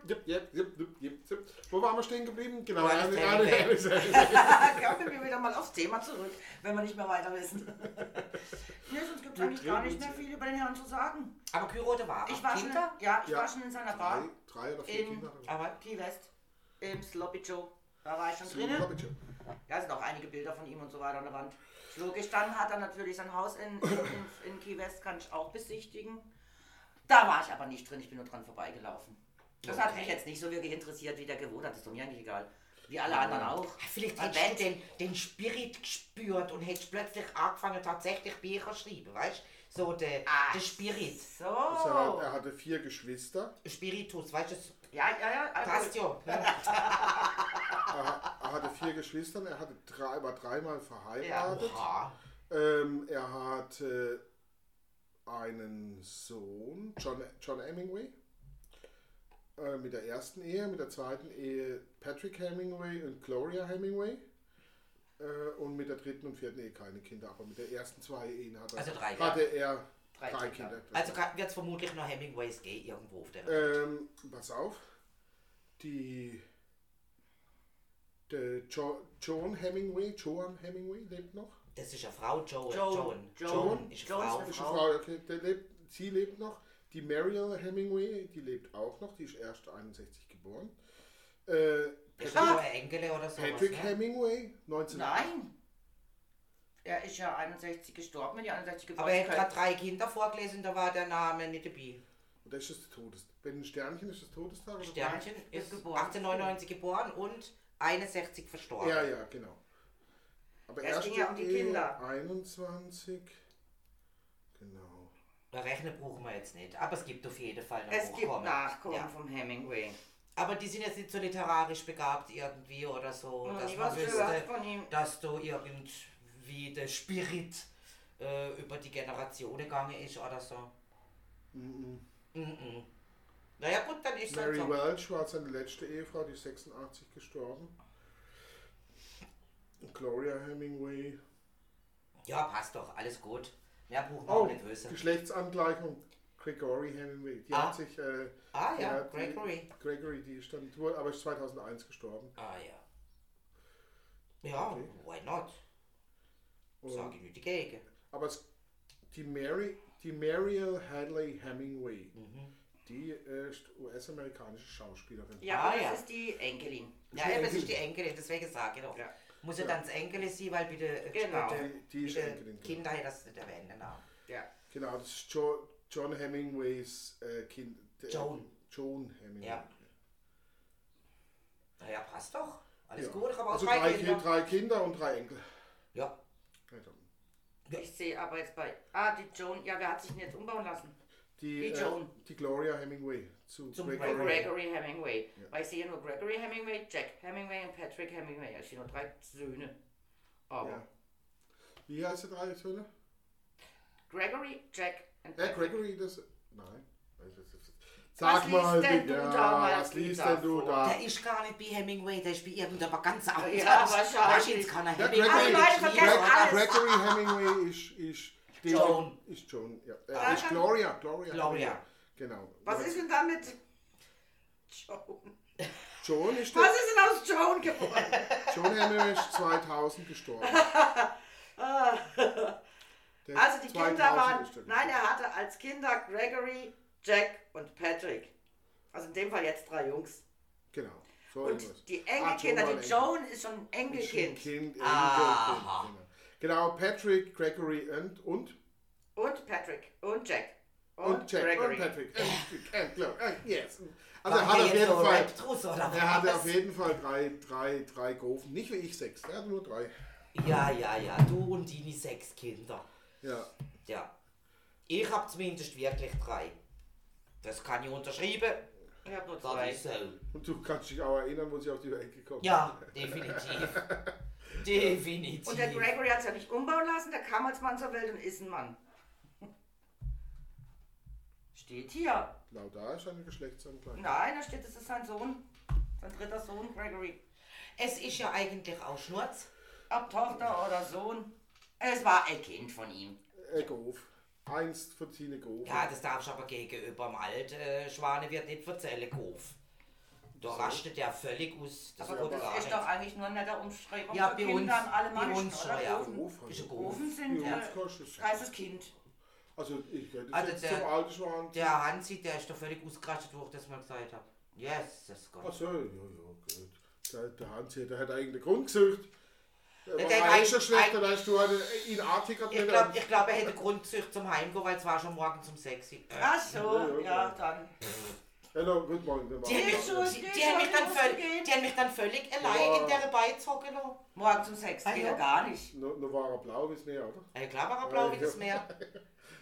S3: Jip, jip, jip, jip, jip, jip. Wo waren wir stehen geblieben? Genau,
S1: Bei
S3: eine,
S1: Family
S3: eine,
S1: Day.
S3: eine,
S2: Kommen wir wieder mal aufs Thema zurück, wenn wir nicht mehr weiter wissen. Nee, sonst gibt es eigentlich gar nicht mehr viel über den Herrn zu sagen.
S1: Aber Kyrote war
S2: Ich war, schon,
S1: Kinder,
S2: ja, ich
S3: Ja.
S2: war schon in seiner Bar
S3: drei, drei oder vier
S2: in
S3: Kinder.
S1: aber
S2: Key West, im Sloppy Joe. Da war ich schon
S3: Absolut,
S2: drinnen.
S3: glaub ich schon.
S2: Da sind auch einige Bilder von ihm und so weiter an der Wand. Logisch, dann hat er natürlich sein Haus in, in, in Key West, kann ich auch besichtigen. Da war ich aber nicht drin, ich bin nur dran vorbeigelaufen. Das hat
S1: Okay.
S2: mich jetzt nicht so wirklich interessiert, wie der gewohnt hat, ist doch mir eigentlich egal. Wie alle anderen auch.
S1: Ah, vielleicht
S2: Man
S1: hättest du den, den Spirit gespürt und hättest plötzlich angefangen, tatsächlich Bücher zu schreiben, weißt du? So der
S2: Ah,
S1: der Spirit.
S2: So.
S3: Also er, er hatte vier Geschwister.
S1: Spiritus, weißt du? das
S2: Ja, ja, ja. also-
S1: Passt ja.
S2: Ah,
S3: Er, er hatte vier Geschwister. Er hatte drei, war dreimal verheiratet.
S1: Oha.
S3: Ähm, er hatte einen Sohn, John, John Hemingway, äh, mit der ersten Ehe, mit der zweiten Ehe Patrick Hemingway und Gloria Hemingway. Äh, und mit der dritten und vierten Ehe keine Kinder, aber mit der ersten zwei Ehen hat er,
S1: Also drei,
S3: hatte er
S2: Drei
S3: drei,
S2: Kinder.
S3: Kinder.
S1: Also wird es vermutlich noch Hemingways gehen irgendwo auf der Welt.
S3: ähm, pass auf, die, der jo, John Hemingway, Joan Hemingway lebt noch.
S1: Das ist eine Frau, Joan.
S2: Joan.
S1: Joan.
S2: Joan.
S1: ist
S2: Joan
S1: eine
S2: ist
S1: Frau.
S2: eine
S3: Ist eine Frau, okay. Der lebt, sie lebt noch. Die Mariel Hemingway, die lebt auch noch. Die ist erst 61 geboren. Äh,
S1: Ist
S3: Patrick,
S2: Ah.
S1: nur ein Engel oder sowas.
S3: Patrick
S1: ne?
S3: Hemingway, 19...
S2: Nein. Er ist ja 61 gestorben, wenn die 61
S1: Aber er
S2: geboren
S1: hat gerade drei Kinder vorgelesen, da war der Name nicht dabei.
S3: Und das ist das Todes. Wenn ein Sternchen ist das Todestag. oder?
S1: Sternchen
S2: Nein,
S1: ist
S2: ist geboren.
S1: 1899 geboren und 61 verstorben.
S3: Ja, ja, genau. Aber
S2: Ja, es ging ja um die
S3: erste Ehe,
S2: Kinder.
S3: 21. Genau.
S1: Da Rechnen brauchen wir jetzt nicht, aber es gibt auf jeden Fall noch
S2: Es gibt
S1: Nachkommen.
S2: Nachkommen
S1: Ja.
S2: vom Hemingway.
S1: Aber die sind jetzt nicht so literarisch begabt irgendwie oder so,
S2: Noch
S1: dass
S2: nie
S1: man
S2: was gehört
S1: wüsste,
S2: von ihm.
S1: dass du irgendwie der Spirit äh, über die Generationen gegangen ist oder so. Mhm. Mhm. Naja gut, dann ist es halt
S3: Mary
S1: so.
S3: Welch war seine letzte Ehefrau, die ist 86 gestorben. Und Gloria Hemingway.
S1: Ja, passt doch, alles gut. Mehr brauchen wir
S3: Oh,
S1: auch nicht wissen.
S3: Geschlechtsangleichung. Gregory Hemingway. Die
S1: Ah.
S3: hat sich. Äh,
S1: Ah
S3: die
S1: ja,
S3: hat-
S1: Gregory.
S3: Die, Gregory, die stand, wurde- aber ist 2001 gestorben.
S1: Ah ja. Ja,
S3: Okay.
S1: why not?
S3: Und,
S1: Sag ich nicht dagegen.
S3: aber es, die Mary, die Mariel Hadley Hemingway, die äh, ist US-amerikanische Schauspielerin.
S2: Ja,
S1: Ah,
S2: aber
S1: Mhm. ja.
S2: das ist die Enkelin.
S1: Ja, eben, es ist die Enkelin, deswegen sage ich doch.
S2: Ja.
S1: Muss ja
S3: Ja.
S1: dann das Enkelin sein, weil bitte
S2: Genau.
S1: bitte,
S3: Die- die ist
S1: bitte
S3: Enkelin, genau.
S1: Kinder hätte das nicht erwähnen. Genau.
S2: Ja.
S3: Genau, das ist jo John Hemingways äh, Kind. der-
S1: Joan.
S3: Joan Hemingway.
S1: Ja. Naja, passt doch. Alles
S3: Ja.
S1: gut, ich habe auch
S3: also
S1: drei,
S3: drei,
S1: Kinder.
S3: Ki- drei Kinder und drei Enkel.
S1: Ja.
S2: Ich sehe aber jetzt bei. Ah, die Joan. Ja, wer hat sich denn jetzt umbauen lassen?
S3: Die,
S2: Die
S3: äh,
S2: Joan.
S3: die Gloria Hemingway zu
S1: Zum
S3: Gregory.
S1: Gregory.
S2: Gregory Hemingway. Weil ich sehe nur Gregory Hemingway, Jack Hemingway und Patrick Hemingway. Ich sehe nur drei Söhne. Aber
S3: Ja. Wie heißt die drei Söhne?
S2: Gregory, Jack und
S3: Äh,
S2: Patrick.
S3: Gregory, das. Nein. Sag
S2: liest
S3: mal,
S2: denn du
S3: Digga,
S2: da mal
S3: was liest
S2: wieder
S3: denn du
S2: vor?
S3: da?
S1: Der ist gar nicht bei Hemingway, der ist bei irgendjemand ganz anderem.
S2: wahrscheinlich.
S1: Wahrscheinlich kann er
S3: Ja,
S1: Hemingway.
S3: Gregory,
S2: Also Leute,
S1: nicht
S2: vergesst
S1: lieben.
S2: alles.
S3: Gregory Hemingway ist, ist, die-
S1: Joan.
S3: Ist Joan, ja.
S2: Ah.
S3: Äh, ist Gloria, Gloria.
S1: Gloria.
S3: Hemingway. Genau.
S2: Was ist denn damit? Joan.
S3: Joan ist
S2: Was
S3: der,
S2: ist denn aus Joan geworden?
S3: Joan Hemingway ist 2000 gestorben.
S2: Ah.
S3: Der ist
S2: Also
S3: 2000
S2: die Kinder waren,
S3: ist er
S2: nein,
S3: gestorben.
S2: er hatte als Kinder Gregory, Jack und Patrick. Also in dem Fall jetzt drei Jungs.
S3: Genau. So irgendwas.
S2: Und die
S3: Ah,
S2: Enkelkinder,
S3: war
S2: die
S3: ein
S2: Joan ist schon ein
S3: Enkel. Ist ein
S2: Enkelkind.
S3: Kind, Enkelkind,
S1: Aha.
S3: Genau. genau, Patrick, Gregory und, und
S2: Und Patrick und Jack.
S3: und Jack
S2: Gregory.
S3: und Patrick. And, and Glo- and yes. Also
S1: Machen
S3: er hat
S1: wir
S3: auf
S1: jetzt
S3: jeden
S1: so
S3: Fall,
S1: Rap draus, oder
S3: er hatte
S1: was?
S3: auf jeden Fall drei, drei, drei Gofen. Nicht wie ich sechs, er hatte nur drei.
S1: Ja, ja, ja, du und deine sechs Kinder.
S3: Ja.
S1: Ja. Ich habe zumindest wirklich drei. Das kann ich unterschreiben.
S2: Ich habe nur
S1: Das
S2: zwei.
S1: ist so.
S3: Und du kannst dich auch erinnern, wo sie auf die Welt gekommen
S1: Ja, definitiv. definitiv.
S2: Und der Gregory hat es ja nicht umbauen lassen, der kam als Mann zur Welt und ist ein Mann. Steht hier.
S3: Genau da ist eine Geschlechtsangleichung.
S2: Nein, da steht, es ist sein Sohn. Sein dritter Sohn, Gregory.
S1: Es ist ja eigentlich auch Schnurz.
S2: Ob Tochter oder Sohn. Es war ein Kind von ihm.
S3: Äh, Gof. Einst von Tine Gof.
S1: Ja, das darfst du aber gegenüber dem alten äh, Schwane wird nicht erzählen, Gof. Da rastet der völlig aus. Das
S2: Aber
S1: kommt
S2: gut,
S1: gar
S2: das ist
S1: nicht.
S2: doch eigentlich nur ein netter Umschreibung
S1: Ja,
S2: für
S1: bei
S2: Kinder
S1: uns-
S2: im Alemannischen,
S1: bei uns
S2: oder?
S1: schon, ja.
S2: Ofen.
S3: Gof,
S1: Ist ein
S3: also
S1: Gof.
S2: Ofen sind
S3: Ja,
S2: ja,
S3: das kannst du sagen.
S2: reißes Kind.
S3: Also ich werde
S1: äh, Also
S3: jetzt
S1: der-
S3: zum alten Schwan.
S1: Der Hansi, der ist doch völlig ausgerastet, wo ich das mal gesagt habe. Yes, das Gott.
S3: Achso, ja, ja, gut. Der, der Hans hier, der hat eigenen Grund gesucht. Der
S1: Der
S3: war
S1: denkt,
S3: ein schon
S1: ein-
S3: schlecht,
S1: ein-
S3: dann hast du einen ihn artigert
S1: Ich
S3: nicht
S1: glaube,
S3: an.
S1: ich glaub, er hätte Grundzücht zum Heimgehen, weil es war schon morgens um 6 Uhr. Äh,
S2: Ach so,
S3: Ja, ja,
S2: ja,
S3: ja.
S2: dann.
S3: Hallo, guten Morgen. guten
S1: die,
S3: Morgen.
S1: haben mich,
S2: Geht schon,
S1: die, die,
S2: geht
S1: haben
S2: schon,
S1: mich dann
S2: muss
S1: völlig,
S2: gehen.
S1: die haben mich dann völlig allein
S3: Ja.
S1: in der Beizocken lassen.
S2: Morgen zum Sex
S1: Ah,
S2: geht
S1: ja.
S2: ja gar nicht.
S3: No, no war er blau bis mehr, oder?
S1: Ein klarer Blau wie
S3: Ja.
S1: das Meer.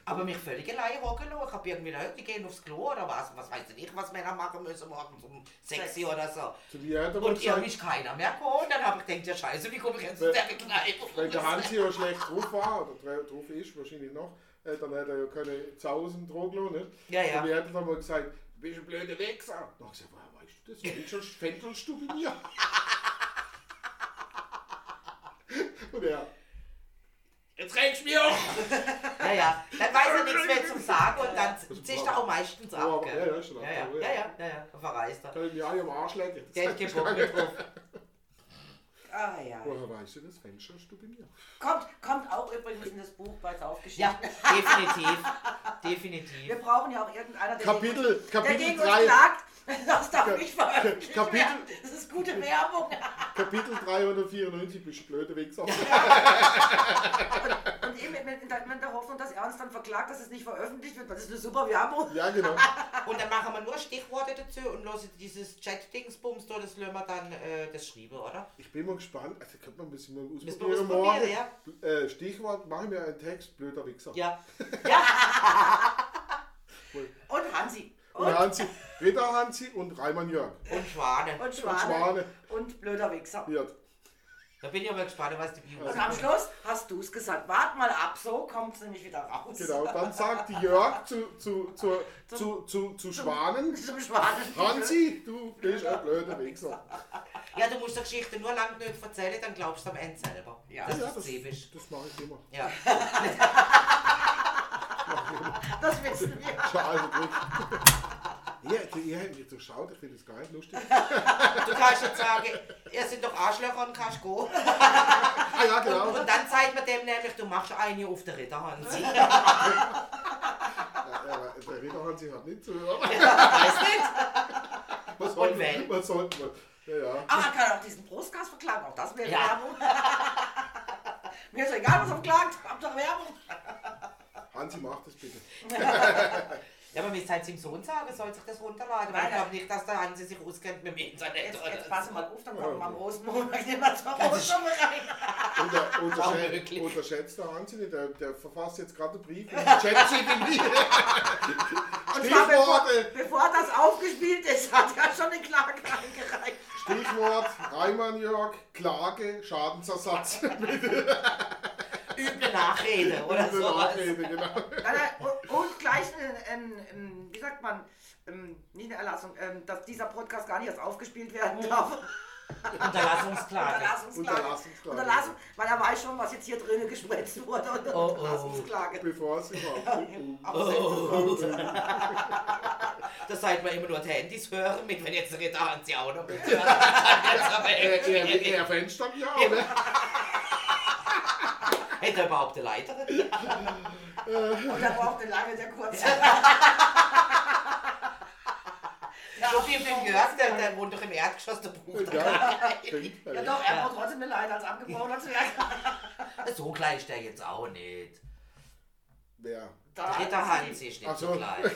S1: Aber mich völlig allein hocken lassen. Ich habe irgendwie gedacht, die gehen aufs Klo oder was. Was weiß ich, was Männer machen müssen morgens um 6 Uhr oder so.
S3: Zu mir hat er mal
S1: Und ihr
S3: gesagt,
S1: mich keiner mehr geholt. Und dann habe ich gedacht, ja scheiße, wie komme ich jetzt zu der Kneipe?
S3: wenn der Hans hier schlecht drauf war, oder dra- drauf ist, wahrscheinlich noch, äh, dann hätte er ja keine Zausen drauf gelassen, ne?
S1: Ja, ja.
S3: Und mir hat er dann mal gesagt, du bist ein blöder Wichser. Dann hab ich gesagt, woher weißt du das? Fändelst, fändelst du bei mir? Und er,
S1: Jetzt regst du mich auf. ja, ja. Dann weiß er nichts mehr zum Sagen und dann zischt er auch meistens
S3: Ja,
S1: ab.
S3: aber-
S1: gell?
S3: ja, ja, schon ab,
S1: ja, ja,
S3: aber
S1: ja,
S3: ja.
S1: ja, ja, ja. Dann verreist er.
S3: kann ich mir alle am Arsch lecken.
S1: Der hat keinen Bock mehr drauf.
S2: Ah ja.
S3: Woher weißt du das? Fensterst du bei mir?
S2: Kommt, kommt auch übrigens in das Buch bei Saufgeschichten.
S1: Ja, definitiv. Definitiv.
S2: Wir brauchen ja auch irgendeiner, der gegen,
S3: Kapitel,
S2: der
S3: Kapitel
S2: gegen uns
S3: 3,
S2: klagt. Das darf nicht veröffentlicht
S3: Kapitel-
S2: werden. Das ist gute Werbung.
S3: Kapitel 394, bist du ein blöder Wichser.
S2: Und eben mit, mit, der- mit der Hoffnung, dass er uns dann verklagt, dass es nicht veröffentlicht wird. Das ist eine super Werbung.
S3: Ja, genau.
S1: Und dann machen wir nur Stichworte dazu und lassen dieses Chat-Dingsbums da, das lassen wir dann äh, das schreiben, oder?
S3: Ich bin mal gespannt. Also könnte man ein bisschen mal
S1: Müssen
S3: ausprobieren,
S1: wir
S3: morgen.
S1: ausprobieren, ja?
S3: Äh, Stichwort, mach mir einen Text, blöder Wichser.
S1: Ja.
S2: Und Hansi.
S3: Und,
S2: Und,
S3: Hansi, Ritter Hansi und Reimann Jörg.
S1: Und Schwane.
S2: und
S3: Und
S2: Schwane.
S3: Schwane.
S2: Und blöder Wichser.
S3: Wird.
S1: Da bin ich aber gespannt, was die Bio
S2: Und am Schluss hast du es gesagt. Wart mal ab, so kommt es nämlich wieder raus.
S3: Genau. Dann sagt die Jörg zu, zu, zu, zu, zu, zu Schwanen.
S2: Zum Schwanen.
S3: Hansi, du bist ein blöder Wichser.
S1: Ja, du musst die Geschichte nur lang genug erzählen, dann glaubst du am Ende selber.
S2: Ja.
S1: Das
S3: Ja,
S1: ist
S3: das,
S1: typisch.
S3: das mache ich immer.
S1: Ja.
S2: Das wissen wir.
S3: Schau also gut. Ihr, die- ihr habt mich so geschaut, ich finde das gar nicht lustig.
S1: Du kannst jetzt sagen, ihr sind doch Arschlöcher und kannst gehen. Und,
S3: Ah ja, genau.
S1: und dann zeigt man dem nämlich, du machst eine auf der Ritterhand. Weißt
S3: Ja, aber der Ritter Hansi hat nicht zuhört.
S1: nicht?
S3: Was soll,
S1: Und wenn?
S3: Was sollte man? Ja, ja.
S2: Aber man kann auch diesen Brustgas verklagen. Auch das wäre
S1: Ja.
S2: Werbung. Mir ist egal, was er verklagt. Habt doch Werbung.
S3: Hansi, mach das bitte.
S1: Ja, aber müsst halt seinem Sohn sagen, soll sich das runterladen. Weil
S2: Nein,
S1: ich glaube nicht, dass der Hansi sich auskennt mit dem Internet.
S2: Jetzt,
S1: oder
S2: jetzt
S1: so.
S2: pass mal auf, dann kommen wir am Rosenmontag nicht mal zum Rosenmontag rein.
S3: Unter, unterschätzt,
S1: Unmöglich.
S3: unterschätzt der Hansi nicht. Der, der verfasst jetzt gerade einen Brief in den Chat.
S2: Und zwar bevor,
S3: Stichworte.
S2: bevor das aufgespielt ist, hat er schon eine Klage eingereicht.
S3: Stichwort Reimann Jörg, Klage, Schadensersatz.
S1: Üble Nachrede oder
S3: Diese
S1: sowas.
S3: Nachrede, genau.
S2: Nein, nein, und- Und gleich, ein, ein, ein, wie sagt man, ähm, nicht eine Erlassung, ähm, dass dieser Podcast gar nicht erst aufgespielt werden darf.
S1: Unterlassungsklage.
S2: Unterlassungsklage.
S3: Unterlassungsklage.
S2: Unterlassung, weil er weiß schon, was jetzt hier drinnen geschwätzt wurde. Und
S1: Oh, oh.
S2: Unterlassungsklage.
S3: Bevor es überhaupt.
S1: Oh. Das sagt man immer nur die Handys hören, mit wenn jetzt Ritter Hans ja auch noch mit. Dann wird's aber
S3: Er, er,
S1: irgendwie-
S3: äh, er Fenster ja, ne? oder?
S1: Hätte er überhaupt eine Leiter?
S2: Und er braucht eine lange, sehr kurze.
S1: So viel den gehört, der, der wohnt doch im Erdgeschoss, der Bruder.
S3: Ja, stimmt.
S2: Ja doch, er braucht trotzdem eine Leiter als abgebrochener Zwerg.
S1: So klein ist der jetzt auch nicht.
S3: Wer?
S2: Da
S3: Ah,
S1: Ritter Hans ist nicht
S3: Ach
S1: so
S3: so.
S1: klein.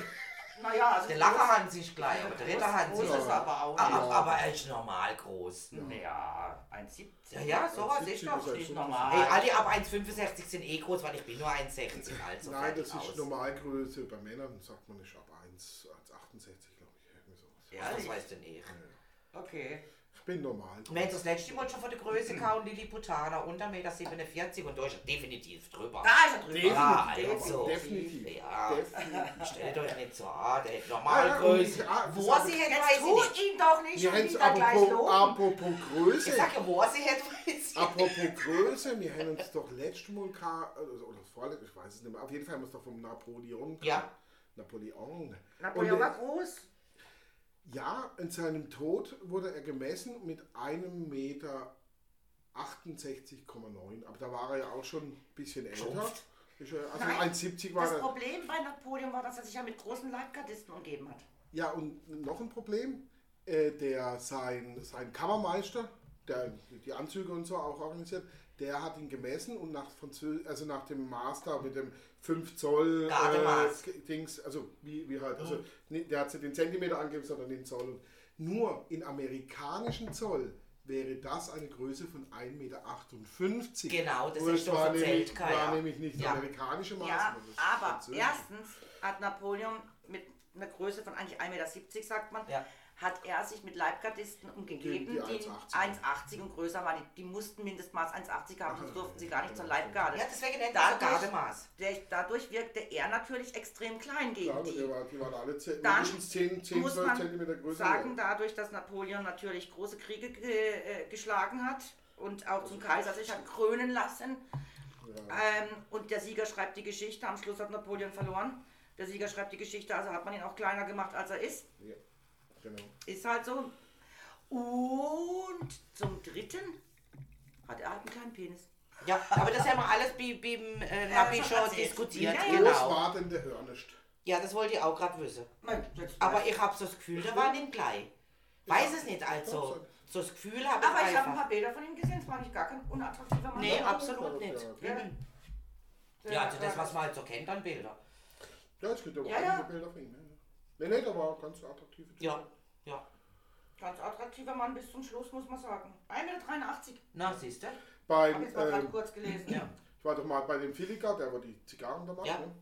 S2: Naja, also
S1: Der
S2: groß-
S1: Lacher hat sich gleich, aber der
S2: groß-
S1: Ritterhahn
S2: groß
S1: sich.
S2: ist
S1: Aber,
S2: aber auch.
S1: aber, aber er ist normal groß.
S2: Ja, 1,70.
S1: Ja, ja, sowas ist
S3: 70
S1: doch.
S3: ist
S2: Das
S3: ein
S2: ist
S3: Super-
S2: normal.
S1: Ey, alle ab 1,65 sind eh groß, weil ich bin nur 1,60. Also
S3: Nein, das
S1: fertig
S3: ist
S1: aus.
S3: Normalgröße. Bei Männern sagt man nicht ab 1, 1,68 glaube ich. Irgendwie sowas.
S1: Ja, das weiß denn ich.
S2: Okay.
S3: Ich bin normal.
S1: Wir haben das letzte Mal schon von der Größe gehauen, Lili Putana, unter 1,47 m und da ist er definitiv drüber.
S3: Ah.
S2: Da ist er drüber.
S1: Definitiv. Ja, also.
S3: Definitiv.
S1: Ja.
S3: Definitiv.
S1: Stellt euch nicht so an, der hat
S3: Ja,
S1: Normalgröße.
S3: ja, und ich-
S1: Wo
S3: ah, das
S1: sie
S3: hab
S1: hätte,
S2: Jetzt
S1: weiß ich
S2: tut
S1: nicht.
S2: ihn doch nicht
S3: Wir
S2: schon
S3: haben es
S2: wieder gleich
S3: apropos,
S2: loben.
S3: apropos
S1: Ich
S3: Größe.
S1: sag ja, wo sie hätte, weiß
S3: Ah.
S1: ich
S3: Apropos Größe, wir haben uns doch letztes Mal, ka- also- oder vorletztes, ich weiß es nicht mehr, auf jeden Fall haben wir uns doch vom Napoleon.
S1: Ja.
S3: Napoleon.
S2: Napoleon
S3: Und, äh,
S2: war groß.
S3: Ja, in seinem Tod wurde er gemessen mit einem Meter 68,9. Aber da war er ja auch schon ein bisschen älter.
S1: Schrumpft.
S3: Ist er- Also
S2: Nein,
S3: 1,70 war
S2: Das
S3: er.
S2: Problem bei Napoleon war, dass er sich ja mit großen Leibgardisten umgeben hat.
S3: Ja, und noch ein Problem, äh, der sein, sein Kammermeister, der die Anzüge und so auch organisiert, der hat ihn gemessen und nach, Franzö also nach dem Maß da mit dem 5 Zoll
S1: Gardemaß.
S3: äh, Dings, also wie, wie halt, also ne, der hat sich den Zentimeter angegeben, sondern den Zoll. Und nur in amerikanischen Zoll wäre das eine Größe von 1,58 Meter.
S1: Genau, das
S3: Und
S1: ist
S3: es
S1: doch
S3: war
S1: erzählt,
S3: nämlich,
S1: Kai, ja.
S3: war nämlich nicht das
S1: Ja.
S3: amerikanische Maß.
S2: Ja,
S3: sondern das
S2: aber
S3: französische.
S2: erstens hat Napoleon mit einer Größe von eigentlich 1,70 Meter, sagt man,
S1: Ja.
S2: hat er sich mit Leibgardisten umgegeben,
S3: Die-
S2: die,
S3: die 1,80.
S2: 1,80 und größer waren. Die, die mussten Mindestmaß 1,80 haben, sonst durften sie gar nicht zur
S3: genau,
S2: Leibgarde.
S1: Ja, deswegen nennt
S2: Da
S1: er Gardemaß.
S2: Der, dadurch wirkte er natürlich extrem klein gegen
S3: Ja, aber die
S2: die.
S3: waren, die waren alle 10,
S2: Dann
S3: mindestens 10, 10
S2: muss
S3: 12
S2: man
S3: Zentimeter größer.
S2: sagen, dadurch, dass Napoleon natürlich große Kriege ge äh, geschlagen hat und auch zum Kaiser sich hat krönen lassen ähm, und der Sieger schreibt die Geschichte, am Schluss hat Napoleon verloren. Der Sieger schreibt die Geschichte, also hat man ihn auch kleiner gemacht, als er ist.
S3: ja, genau.
S2: Ist halt so. Und zum Dritten hat er halt einen kleinen Penis.
S1: Ja, aber das haben wir alles bei- beim äh, Nabi
S2: schon
S1: schon
S2: erzählt.
S1: diskutiert.
S2: Ja, ja.
S3: Groß
S1: Genau.
S3: war denn der Ernest?
S1: Ja, das wollte ich auch gerade wissen.
S2: Nein, jetzt
S1: Aber
S2: weiß
S1: ich habe so das Gefühl, da war nicht gleich. Weiß es nicht, also. So das Gefühl habe ich
S2: aber ich habe ein
S1: einfach.
S2: paar Bilder von ihm gesehen, es war nicht gar kein unattraktiver Mann.
S1: Nee,
S2: aber-
S1: absolut nicht.
S3: Ja.
S1: Mhm. Ja, also das, was man halt so kennt an Bilder.
S3: Ja, es gibt aber
S2: Ja,
S3: einige
S2: ja.
S3: Bilder von ihm. Ja. ja. Nee, nee, da war ganz attraktiv.
S1: Ja, ja.
S2: Ganz attraktiver Mann bis zum Schluss, muss man sagen. 1,83 Meter.
S1: Na, siehst du?
S3: Beim,
S2: Hab jetzt mal gerade
S3: ähm,
S2: kurz gelesen.
S1: Ja.
S3: ich war doch mal bei dem Filiger, der war die Zigarren da macht.
S1: Ja.
S3: Ne?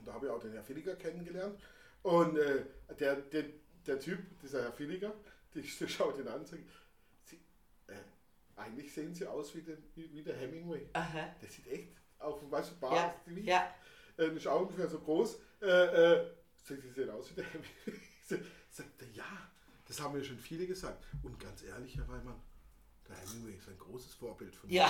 S3: Und da habe ich auch den Herr Filiger kennengelernt. Und äh, der, der, der Typ, dieser Herr Filiger, die, der schaut ihn an und sagt, Sie, äh, eigentlich sehen sie aus wie der, wie, wie der Hemingway.
S1: Aha.
S3: Der sieht echt auf dem weißen Bart
S1: Ja,
S3: wie
S1: ja.
S3: äh, ist auch ungefähr so groß. Äh, äh, sagt, sie sehen aus wie der Hemingway. sagt er, ja, das haben mir schon viele gesagt. Und ganz ehrlich, Herr Reimann, der Hemingway ist ein großes Vorbild von
S1: Ja,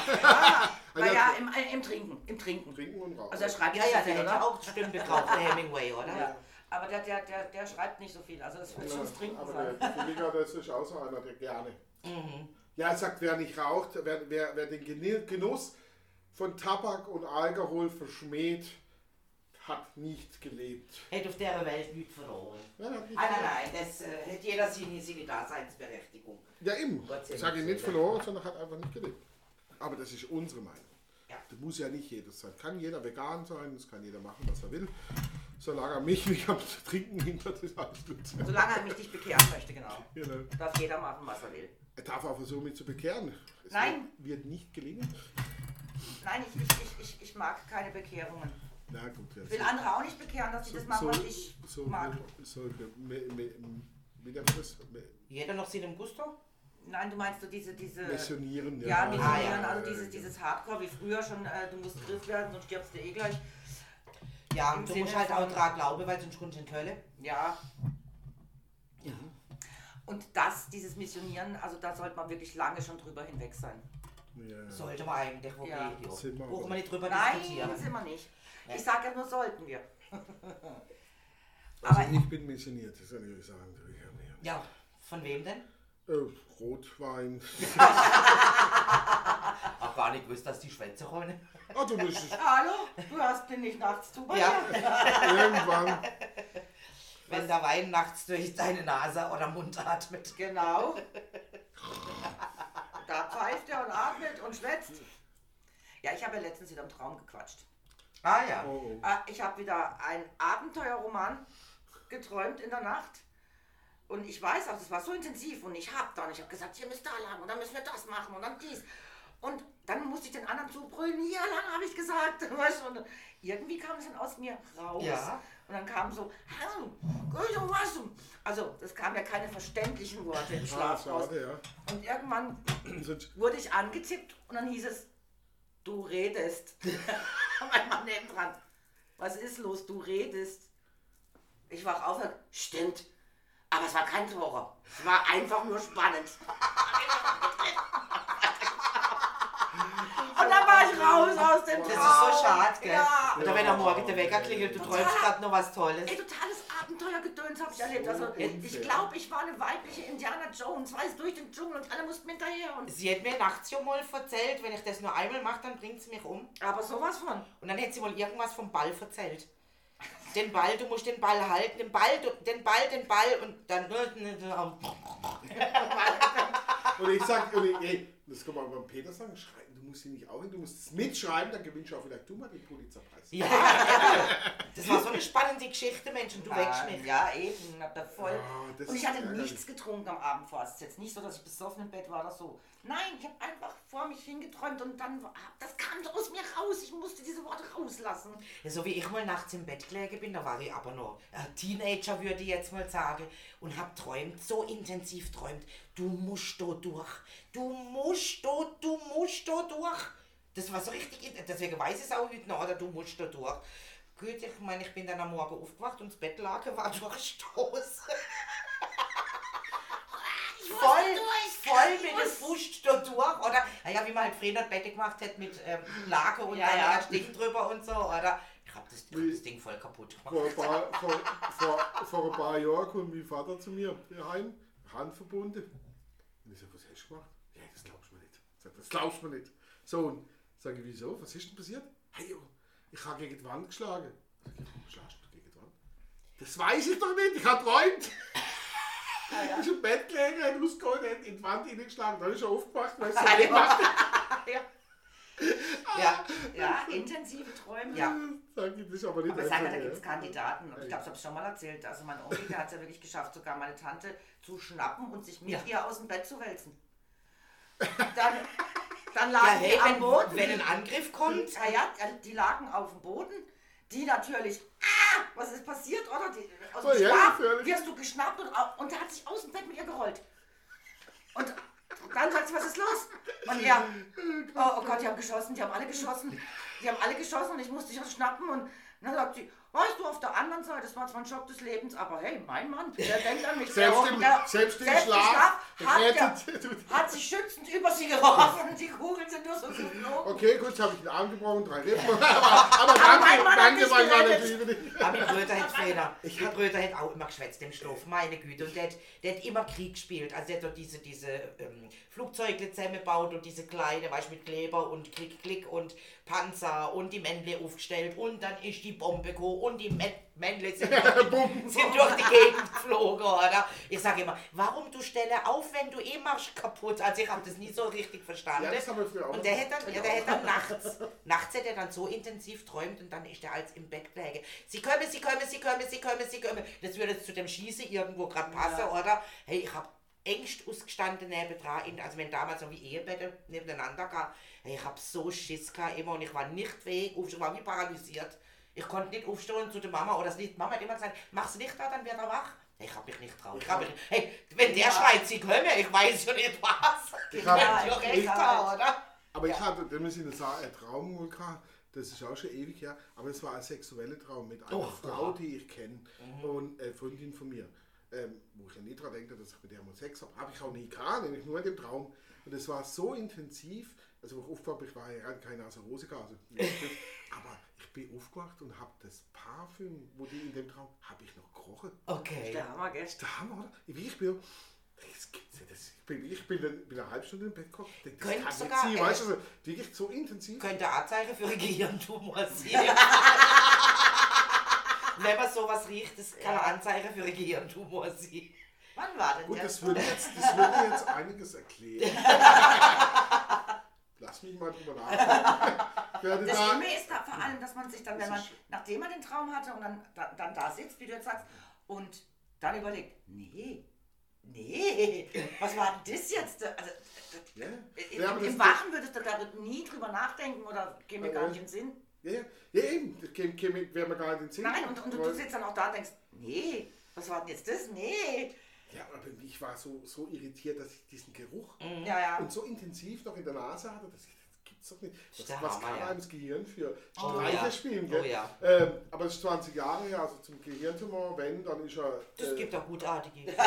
S3: Also
S2: Weil ja, im, äh, im Trinken, im Trinken.
S3: mir. Trinken und Rauchen.
S2: Also er schreibt
S1: ja,
S2: nicht
S1: ja, der
S2: so viel,
S1: hätte
S2: oder?
S1: auch bestimmt gekauft, der Hemingway, oder?
S2: Ja. Aber der, der, der, der schreibt nicht so viel, also das wird schon das Trinken
S3: Genau. Aber
S2: sein.
S3: der Kollege, das ist auch so einer, der gerne.
S2: Mhm.
S3: Ja, er sagt, wer nicht raucht, wer, wer, wer den Geni- Genuss von Tabak und Alkohol verschmäht, hat nicht gelebt.
S1: Hätte auf der Welt nichts verloren.
S3: Ja, hat nicht
S1: Ah, nein, nein, das äh, hätte jeder seine, seine Daseinsberechtigung.
S3: Ja, eben.
S1: Gott sei
S3: Ich sage
S1: Dank.
S3: nicht verloren, sondern hat einfach nicht gelebt. Aber das ist unsere Meinung.
S1: Ja.
S3: Da muss ja nicht jedes sein. Kann jeder vegan sein, es kann jeder machen, was er will. Solange er mich nicht am Trinken hindert, ist alles gut.
S2: Solange er mich nicht bekehren möchte, genau.
S3: Genau.
S2: Darf jeder machen, was er will.
S3: Er darf auch versuchen, mich zu bekehren. Es
S2: Nein.
S3: Wird, wird nicht gelingen.
S2: Nein, ich, ich, ich, ich, ich mag keine Bekehrungen.
S3: Na gut, ja.
S2: Ich will andere auch nicht bekehren, dass sie das machen, was ich
S3: so,
S2: mag.
S3: so, me, me, wie nennt man das? Me,
S1: Jeder noch seinem Gusto?
S2: Nein, du meinst so diese, diese.
S3: missionieren.
S2: Äh, Ja, mit
S1: Ah,
S2: ah,
S1: ja.
S2: also dieses, dieses Hardcore wie früher schon, äh, du musst Christ werden, sonst stirbst du eh gleich.
S1: Ja,
S2: Im
S1: und du
S2: Sinne
S1: musst halt auch
S2: von-
S1: dran glauben, weil sonst kommst du in die Hölle.
S2: Ja.
S1: Ja.
S2: Und das, dieses Missionieren, also da sollte man wirklich lange schon drüber hinweg sein.
S3: Ja.
S1: Sollte man eigentlich, wobei, ja.
S2: Ja.
S3: Sind wir
S1: Brauchen
S3: aber-
S1: wir nicht drüber
S2: Nein,
S1: diskutieren.
S2: sind wir nicht. Ich sage ja nur, sollten wir.
S3: Also
S2: aber-
S3: ich bin missioniert, das kann ich sagen.
S1: Ja, von wem denn?
S3: Äh, Rotwein.
S1: Auch gar nicht gewusst, dass die Schwänze rollen.
S3: Ah, du musst
S2: Hallo, du hörst den nicht nachts zu bei
S1: Oh Ja.
S2: dir?
S3: irgendwann.
S1: Wenn der Wein nachts durch deine Nase oder Mund atmet.
S2: Genau. Da pfeift er und atmet und schwätzt. Ja, ich habe ja letztens wieder im Traum gequatscht.
S1: Ah ja.
S3: Oh, oh.
S2: Äh, Ich habe wieder einen Abenteuerroman geträumt in der Nacht. Und ich weiß auch, das war so intensiv und ich hab dann, ich habe gesagt, hier müsst ihr lang und dann müssen wir das machen und dann dies. Und dann musste ich den anderen zubrüllen, hier lang habe ich gesagt. Weißt du? Und irgendwie kam es dann aus mir raus.
S1: Ja.
S2: Und dann kam so, "Hm, also es kamen ja keine verständlichen Worte im
S3: Ah,
S2: Schlaf raus.
S3: schade, ja.
S2: Und irgendwann
S3: Sonst-
S2: wurde ich angetippt und dann hieß es, du redest. mein Mann neben dran. Was ist los? Du redest. Ich wach auf und sag, stimmt. Aber es war kein Horror. Es war einfach nur spannend. und dann war ich raus aus dem Traum.
S1: Das ist so schade, gell?
S2: Ja.
S1: Oder wenn am Morgen der Wecker klingelt, du träumst gerade noch was Tolles.
S2: Ey, totales Abenteuergedöns habe ich erlebt. Also, ich
S3: unfair.
S2: glaube, ich war eine weibliche Indiana Jones, weiß durch den Dschungel und alle mussten hinterher. Und
S1: Sie hat mir nachts schon mal erzählt, wenn ich das nur einmal mache, dann bringt sie mich um.
S2: aber sowas von.
S1: Und dann hätte sie mal irgendwas vom Ball erzählt. Den Ball, du musst den Ball halten, den Ball, du, den Ball, den Ball und dann.
S3: Und ich sag, und ich, ey, das kann man beim Peter sagen, schreiben, du musst ihn nicht auch hin, du musst es mitschreiben, dann gewinnst du auch vielleicht du mal den Pulitzerpreis.
S1: Ja, genau. das war so eine spannende Geschichte, Mensch, und du wächst mich.
S2: Ja, eben, hab da voll.
S3: Ah, das
S2: und ich
S3: ist
S2: hatte
S3: ärgerlich.
S2: nichts getrunken am Abend vorher. Es ist jetzt nicht so, dass ich besoffen im Bett war oder so. Nein, ich habe einfach vor mich hingeträumt und dann, war- ah, das kam so aus mir raus. Ich musste diese Worte rauslassen.
S1: Ja, so Also, wie ich mal nachts im Bett gelegen bin, da war ich aber noch ein Teenager, würde ich jetzt mal sagen, und hab träumt, so intensiv träumt, du musst da durch, du musst da, du musst da durch. Das war so richtig, in- deswegen weiß ich es auch heute noch, oder du musst da durch. Gut, ich meine, ich bin dann am Morgen aufgewacht und das Bettlaken war durchstoßen. voll, voll mit dem Fuß da durch, oder? Naja, wie man halt früher das Bett gemacht hat mit ähm, Lage und
S2: Ja,
S1: dann
S2: ja.
S1: erst Ding drüber und so, oder? Ich hab das, ich hab das Ding voll kaputt
S3: Vor
S1: gemacht.
S3: ein paar, vor, vor, vor ein paar Jahren kam mein Vater zu mir heim, Hand verbunden. Und ich sage, was hast du gemacht? Ja, das glaubst du mir nicht. Ich sag, das glaubst du mir nicht. So, und sage ich, wieso? Was ist denn passiert? Hey, Junge, ich habe gegen die Wand geschlagen. Ich sage, warum schlägst du gegen die Wand? Das weiß ich doch nicht, ich habe träumt.
S2: Ah,
S3: Ich bin im Bett gelegen, hat rausgeholt, hat in die Wand hineingeschlagen, dann ist er aufgewacht, weil es
S2: Ah,
S3: so weh macht.
S2: Ja,
S1: Ja,
S2: ja intensive Träume.
S1: ja.
S3: Sag ich, das ist aber nicht
S2: Aber sag mal, da
S3: ja.
S2: gibt es Kandidaten. Und ich glaube, das habe ich schon mal erzählt. Also mein Onkel, der hat es ja wirklich geschafft, sogar meine Tante zu schnappen und sich mit
S1: Ja.
S2: ihr aus dem Bett zu wälzen. Dann, dann lagen
S1: Ja, hey,
S2: die am
S1: wenn,
S2: Boden.
S1: wenn ein Angriff kommt,
S2: Ah ja, die lagen auf dem Boden. Die natürlich, ah, was ist passiert, oder? Die, aus
S3: Oh
S2: dem
S3: ja,
S2: Schlaf
S3: natürlich.
S2: wirst du geschnappt und, au- und der hat sich aus dem Bett mit ihr gerollt. Und dann sagt sie, was ist los? Und er, oh, oh Gott, die haben geschossen, die haben alle geschossen. Die haben alle geschossen und ich musste dich auch schnappen. Und dann sagt sie, weißt du, auf der anderen Seite, das war zwar ein Schock des Lebens, aber hey, mein Mann, der denkt an mich.
S3: Selbst
S2: der,
S3: im-
S2: der-
S3: selbst im Schlaf
S2: hat,
S3: rettet-
S2: der, hat sich schützend über sie geworfen. Die Kugeln sind nur so geflogen.
S3: Okay, gut, jetzt habe ich den Arm gebrochen, drei Rippen. Aber, aber danke,
S2: mein Mann hat
S3: danke,
S2: dich
S3: mein Mann
S2: gerettet.
S3: natürlich nicht.
S1: Aber die Brüder hat früher, die Brüder hat auch immer geschwätzt im Schlaf, meine Güte. Und der hat, der hat immer Krieg gespielt. Also der hat doch diese, diese ähm, Flugzeuge zusammengebaut und diese kleine, weißt du, mit Kleber und Klick, Klick und Panzer und die Männle aufgestellt und dann ist die Bombe gekommen und die Mä Männle sind durch, die, sind durch die Gegend geflogen, oder? Ich sage immer, warum du Stelle auf, wenn du eh machst kaputt? Also ich habe das nie so richtig verstanden.
S3: Ja, das haben wir früher auch
S1: und der
S3: gemacht.
S1: hätte dann, ja, der hätte dann nachts, nachts hätte er dann so intensiv träumt und dann ist er als im Bett gelegen. Sie kommen, sie kommen, sie kommen, sie kommen, sie kommen. Das würde jetzt zu dem Schießen irgendwo gerade passen, oder? Hey, ich hab engst ausgestanden nebendran, in, also wenn damals so wie Ehebette nebeneinander gab, hey, ich hab so Schiss gehabt immer und ich war nicht weg, ich war wie paralysiert. Ich konnte nicht aufstehen und zu der Mama oder das Licht. Mama hat immer gesagt, mach's Licht an, dann wird er wach. Hey, Ich hab mich nicht traut. Ich hab mich, hey, wenn der
S2: Ja.
S1: schreit, sie kommen, ich weiß ja nicht was. Ich
S3: hab-
S1: hab ja
S2: ich
S1: recht,
S2: hab-
S1: oder?
S3: Aber ich hatte, da muss ich noch sagen, einen Traum wohl gehabt. Das ist auch schon ewig her. Aber es war ein sexueller Traum mit einer
S1: Och,
S3: Frau,
S1: ja.
S3: die ich kenne.
S2: Mhm.
S3: Und äh, Freundin von mir. Ähm, wo ich ja nie dran denke, dass ich mit der mal Sex habe. Habe ich auch nie gehabt, nämlich nur in dem Traum. Und es war so intensiv. Also, wo ich aufgewacht bin, ich war ja keine Rose also, Aber ich bin aufgewacht und habe das Parfüm, wo die in dem Traum, habe ich noch gerochen.
S1: Okay.
S2: Der Hammer, gell?
S3: Der Hammer, oder? Wie ich bin. Das gibt's ja, das, ich bin, ich bin, dann- bin eine halbe Stunde im Bett gekocht. Das
S1: Könnte
S3: kann nicht
S1: sogar,
S3: sein,
S1: äh,
S3: weißt du, also, wirklich so intensiv.
S1: Könnte Anzeichen für einen Gehirntumor sein. Wenn man sowas riecht, das kann ein Anzeichen für einen Gehirntumor sein.
S2: Wann war denn
S3: Gut,
S2: der?
S3: das würde, jetzt, das würde jetzt einiges erklären. Lass mich mal drüber nachdenken. Ich werde
S2: Das
S3: da,
S2: Schlimme ist da vor allem, dass man sich dann, wenn
S3: Das
S2: man,
S3: ist-
S2: nachdem man den Traum hatte und dann, dann, dann da sitzt, wie du jetzt sagst, und dann überlegt, nee, nee, was war denn das jetzt? Also,
S3: Ja, ja.
S2: im,
S3: ja, aber das,
S2: im Wachen würdest du da nie drüber nachdenken oder käme mir
S3: Ja,
S2: gar
S3: ja.
S2: nicht in den Sinn.
S3: ja, ja. ja eben, das käme, käme, wäre mir gar nicht in den Sinn.
S2: Nein, und, und du
S3: Weil-
S2: sitzt dann auch da und denkst, nee, was war denn jetzt das? Nee.
S3: Ja, aber ich war so, so irritiert, dass ich diesen Geruch
S2: Ja, ja.
S3: Mhm. und so intensiv noch in der Nase hatte, dass ich, das gibt's doch nicht. Was,
S1: Der
S3: was
S1: Hammer,
S3: kann
S1: ja.
S3: einem das Gehirn für
S1: Oh,
S3: Streiche
S1: ja.
S3: spielen?
S1: Oh,
S3: Gell?
S1: ja.
S3: Ähm, aber das ist 20 Jahre her, also zum Gehirntumor, wenn, dann ist er.
S1: Das
S3: äh,
S1: gibt doch gutartige.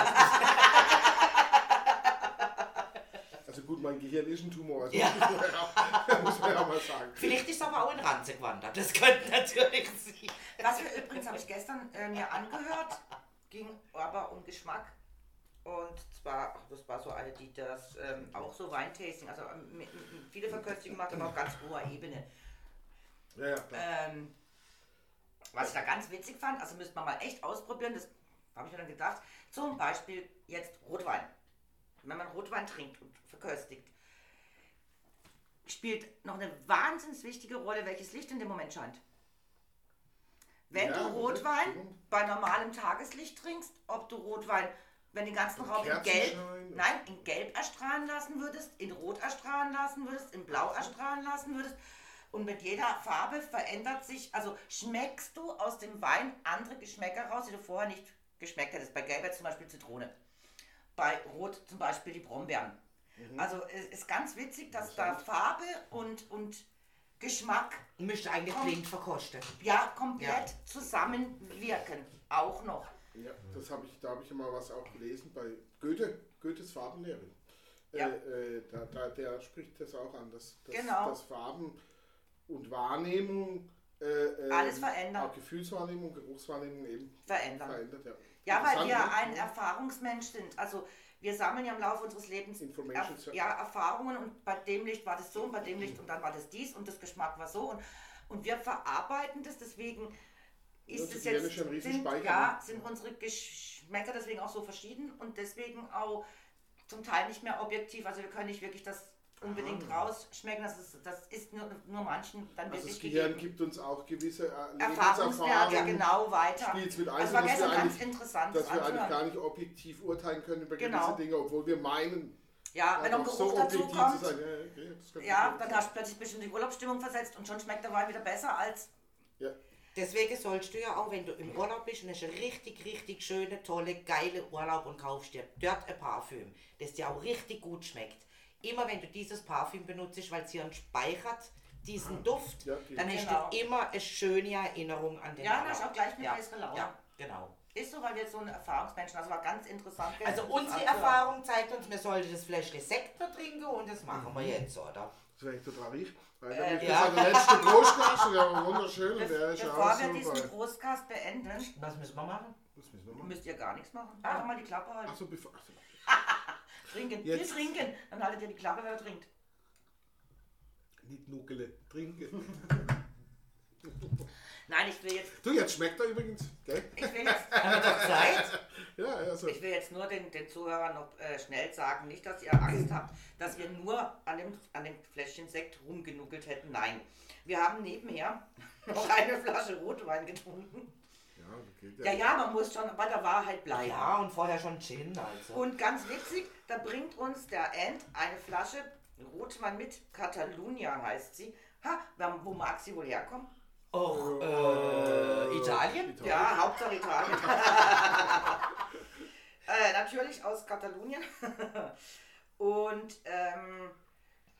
S3: Also gut, mein Gehirn ist ein Tumor, also
S1: Ja.
S3: muss, man ja, muss man ja mal sagen.
S1: Vielleicht ist er aber auch in Ranze gewandert. Das könnte natürlich sein.
S2: Was wir übrigens habe ich gestern äh, mir angehört, ging aber um Geschmack. Und zwar, ach, das war so eine, die das ähm, auch so Weintasting, also ähm, mit- mit- viele Verköstigung macht, aber auf ganz hoher Ebene.
S3: Ja, ja, klar.
S2: Ähm, was ich da ganz witzig fand, also müsste man mal echt ausprobieren, das habe ich mir dann gedacht. Zum Beispiel jetzt Rotwein. Wenn man Rotwein trinkt und verköstigt, spielt noch eine wahnsinnig wichtige Rolle, welches Licht in dem Moment scheint. Wenn
S3: Ja,
S2: du
S3: das ist
S2: Rotwein
S3: stimmt.
S2: bei normalem Tageslicht trinkst, ob du Rotwein, wenn den ganzen
S3: Im
S2: Raum in gelb,
S3: Kerzenschein.
S2: nein, in gelb erstrahlen lassen würdest, in rot erstrahlen lassen würdest, in blau erstrahlen lassen würdest und mit jeder Farbe verändert sich, also schmeckst du aus dem Wein andere Geschmäcker raus, die du vorher nicht geschmeckt hättest. Bei gelb jetzt zum Beispiel Zitrone, bei rot zum Beispiel die Brombeeren. Also es ist ganz witzig, dass da Farbe und, und Geschmack
S1: Müsste eigentlich blind verkosten.
S2: ja komplett zusammenwirken. Auch noch.
S3: ja, das habe ich, da habe ich mal was auch gelesen bei Goethe, Goethes Farbenlehre.
S2: Ja.
S3: Äh, äh, da, da, der spricht das auch an, dass, dass,
S2: Genau.
S3: dass Farben und Wahrnehmung äh, äh,
S2: Alles verändern.
S3: Auch Gefühlswahrnehmung, Geruchswahrnehmung eben
S2: Verändern.
S3: verändert. Ja,
S2: Ja, weil
S3: Interessant,
S2: wir
S3: ne?
S2: ein Erfahrungsmensch sind. Also wir sammeln ja im Laufe unseres Lebens
S3: Information, Mhm.
S2: Erf ja, Erfahrungen und bei dem Licht war das so und bei dem Licht und dann war das dies und das Geschmack war so und, und wir verarbeiten das, deswegen ist
S3: das
S2: es
S3: ist ja
S2: jetzt,
S3: schon ein riesen
S2: sind,
S3: Speicher,
S2: ja,
S3: ne?
S2: sind unsere Geschmäcker deswegen auch so verschieden und deswegen auch zum Teil nicht mehr objektiv, also wir können nicht wirklich das unbedingt rausschmecken, das ist, das ist nur, nur manchen dann
S3: Also das
S2: wirklich
S3: Gehirn
S2: gegeben.
S3: gibt uns auch gewisse äh,
S2: Erfahrungswerte,
S3: Lebenserfahrungen,
S2: genau, weiter.
S3: spielt's mit ein,
S2: also war
S3: dass wir
S2: gestern ganz
S3: eigentlich-
S2: interessant
S3: dass
S2: das
S3: wir
S2: anzuhören.
S3: eigentlich gar nicht objektiv urteilen können über
S2: Genau.
S3: gewisse Dinge, obwohl wir meinen,
S2: Ja, wenn noch
S3: doch,
S2: Geruch dazu kommt,
S3: zu sein. Ja, ja, okay, das kann
S2: ja,
S3: ich
S2: dann
S3: mir
S2: hast du plötzlich bist du in die Urlaubsstimmung versetzt und schon schmeckt der Wein wieder besser als.
S3: Ja.
S1: Deswegen sollst du ja auch, wenn du im Urlaub bist und hast einen richtig, richtig schönen, tollen, geilen Urlaub und kaufst dir dort ein Parfüm, das dir auch richtig gut schmeckt. Immer wenn du dieses Parfüm benutzt, weil es hier speichert, diesen Duft,
S3: Ah, Ja, okay.
S1: dann hast
S2: Genau.
S1: du immer eine schöne Erinnerung an den
S2: Ja, dann
S1: Urlaub.
S2: hast du auch gleich eine bessere Laune.
S1: Ja, genau.
S2: Ist so, weil wir so ein Erfahrungsmenschen, also war ganz interessant. gell?
S1: Also unsere
S2: Also,
S1: Erfahrung zeigt uns, wir sollten das Fläschchen Sekt noch trinken und das machen
S2: Mhm.
S1: wir jetzt, oder?
S3: Das wäre echt total richtig. Weil dann
S1: ja.
S3: ja. der letzte Brotschlag, der war wunderschön und
S2: Be
S3: der ist ja auch
S2: Äh, bevor wir diesen
S3: super.
S2: Großcast beenden,
S1: Was müssen wir machen?
S3: Das müssen wir machen.
S2: müsst ihr gar nichts machen. Einfach mal die Klappe halten.
S3: Achso, bevor. Achso.
S2: Trinken. Wir
S3: Jetzt.
S2: trinken. Dann haltet ihr die Klappe, wer trinkt.
S3: Nicht nuckele, trinken.
S2: Nein, ich will jetzt,
S3: Du, jetzt schmeckt er übrigens. Gell?
S2: ich will jetzt,
S1: Zeit?
S3: Ja, also.
S2: ich will jetzt nur den, den Zuhörern noch äh, schnell sagen, nicht, dass ihr Angst habt, dass wir nur an dem, an dem Fläschchen Sekt rumgenuckelt hätten. Nein. Wir haben nebenher noch eine Flasche Rotwein getrunken.
S3: Ja, okay.
S2: Ja,
S3: Ja.
S2: ja, man muss schon bei der Wahrheit bleiben.
S1: Ja, und vorher schon Gin, also.
S2: halt Und ganz witzig, da bringt uns der Ant eine Flasche Rotwein mit, Catalunya heißt sie. Ha, wa- wo mag sie wohl herkommen? Oh,
S1: Och, äh, Italien?
S3: Italien.
S2: Ja, Hauptsache Italien. äh, natürlich aus Katalonien. Und ähm,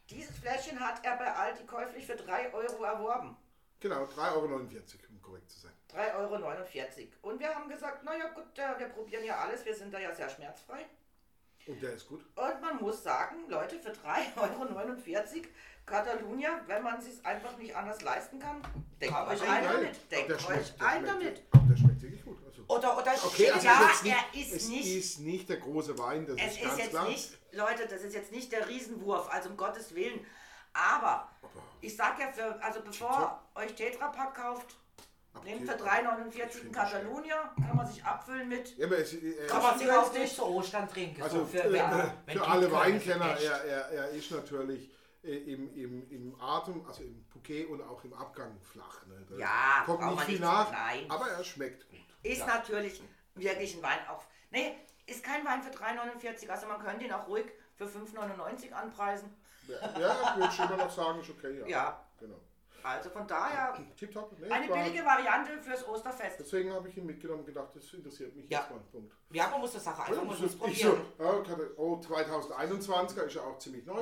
S2: dieses Fläschchen hat er bei Aldi käuflich für 3 Euro erworben.
S3: Genau, 3,49 Euro, um korrekt zu sein.
S2: 3,49 Euro. Und wir haben gesagt, naja gut, äh, wir probieren ja alles, wir sind da ja sehr schmerzfrei.
S3: Und der ist gut.
S2: Und man muss sagen, Leute, für 3,49 Euro Catalunya, wenn man es sich einfach nicht anders leisten kann, denkt
S1: Aber
S2: euch
S1: nein,
S2: ein
S3: Geil.
S2: damit. Denkt
S3: Aber der
S2: euch
S3: schmeckt- der
S2: ein
S3: schmeckt-
S2: damit.
S3: Aber der schmeckt wirklich gut. Also.
S1: Oder, oder
S3: Okay,
S1: Gin.
S3: also
S2: Ja,
S3: es ist jetzt nicht,
S2: er ist
S3: es
S2: nicht-
S3: ist nicht der große Wein, das
S2: Es
S3: ist ganz
S2: ist jetzt
S3: klar.
S2: nicht, Leute, das ist jetzt nicht der Riesenwurf, also um Gottes Willen. Aber ich sag ja, für, also bevor euch Tetra Pak kauft,
S3: Aber
S2: nehmt für
S3: Tetra-
S2: 3,49 einen
S3: finde das
S2: Catalunya, kann man sich abfüllen mit.
S3: Ja, aber es, er
S1: Kann man
S3: ist,
S1: sich auch nicht zu Ostern trinken.
S3: also
S1: so
S3: für,
S1: wenn-
S3: äh,
S1: wenn
S3: für
S1: die
S3: alle
S1: können,
S3: Weinkenner,
S1: echt.
S3: er, er, er ist natürlich äh, im, im, im Atem, also im Bouquet und auch im Abgang flach. Ne? Da
S2: Ja,
S3: kommt
S2: braucht
S3: nicht
S2: man
S3: viel
S2: nicht-
S3: nach,
S2: nein.
S3: aber er schmeckt gut.
S2: Ist natürlich wirklichen Wein auf. Nee, ist kein Wein für 3,49, also man könnte ihn auch ruhig für 5,99 anpreisen.
S3: Ja, ja würde ich immer noch sagen, ist okay. Ja.
S2: Ja,
S3: Genau.
S2: also von daher
S3: Tipptopp. Nee,
S2: eine
S3: war-
S2: billige Variante fürs Osterfest.
S3: Deswegen habe ich ihn mitgenommen und gedacht, das interessiert mich
S1: Ja.
S3: jetzt mal. Punkt.
S1: Ja, man muss das Sache
S2: Also
S1: einfach mal
S3: Ich
S1: probieren.
S3: so, ja, ich hatte- oh, 2021er ist ja auch ziemlich neu.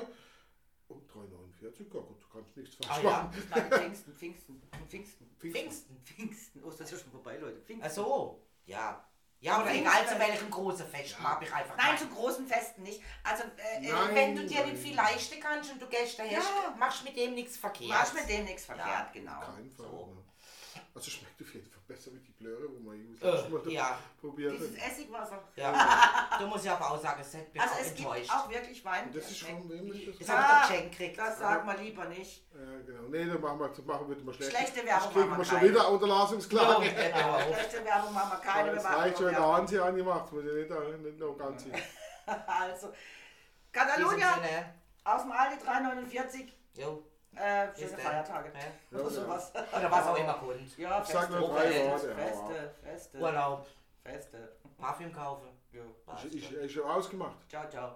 S3: Und 349, ja gut, du kannst nichts
S1: Ah,
S3: falsch
S1: ja.
S3: machen.
S2: Nein, Pfingsten, Pfingsten, Pfingsten,
S1: Pfingsten.
S2: Pfingsten. Ostern ist ja schon vorbei, Leute. Pfingsten.
S1: Ach so. Ja. Ja, aber
S2: Pfingsten.
S1: egal zu welchem großen Fest mag ich einfach.
S2: Nein,
S1: keinen.
S2: zu großen Festen nicht. Also, äh,
S3: Nein,
S1: wenn du dir
S3: nein.
S1: den viel leisten kannst und du Gäste
S2: Ja.
S1: hast, machst mit dem nichts verkehrt.
S2: warst mit dem nichts verkehrt,
S1: Ja.
S2: genau.
S3: Kein Fall.
S1: So.
S3: Ne? Also schmeckt auf jeden Fall besser wie die Blöre, wo man irgendwie das
S1: Äh, ja.
S3: probiert
S2: Dieses
S3: hat.
S2: Essigwasser.
S1: ja. Du musst ja aber auch sagen, es hat mich
S2: Also,
S1: auch
S2: es
S1: enttäuscht.
S2: gibt auch wirklich Wein.
S3: Und das
S2: der
S3: ist
S2: schmeckt
S3: schon nämlich
S1: das
S3: das.
S1: habe ich
S2: Ah.
S1: doch geschenkt gekriegt.
S2: Das sagen wir lieber nicht.
S3: Ja, genau. Nee, dann machen wir, das machen wir mal schlecht.
S2: Schlechte Werbung
S3: Das kriegen
S2: machen
S3: wir
S2: wir
S3: schon
S2: keine.
S3: wieder
S1: Ja,
S3: Unterlassungsklage.
S1: genau.
S2: Schlechte Werbung machen wir keine
S3: Das reicht schon,
S2: Bewerbung.
S3: da
S2: Ja.
S3: haben sie angemacht. Muss ich nicht, da- nicht noch ganz hin.
S2: Also,
S1: In diesem
S2: Katalonia
S1: Sinne,
S2: aus dem Aldi 349.
S1: jo,
S2: Äh,
S1: bis
S2: schöne
S1: dann.
S2: Feiertage.
S1: ne? Ja.
S2: Oder
S3: Ja,
S2: sowas.
S1: Oder was auch immer kommt.
S2: Ja,
S3: Ich
S2: Feste,
S3: sag nur drei
S2: Feste,
S3: Worte, aber-
S2: Feste, Feste,
S1: Urlaub,
S2: Feste.
S1: Parfüm kaufen.
S2: Ja.
S1: Passt.
S3: Ist, ist, ist schon ausgemacht.
S2: Ciao, ciao.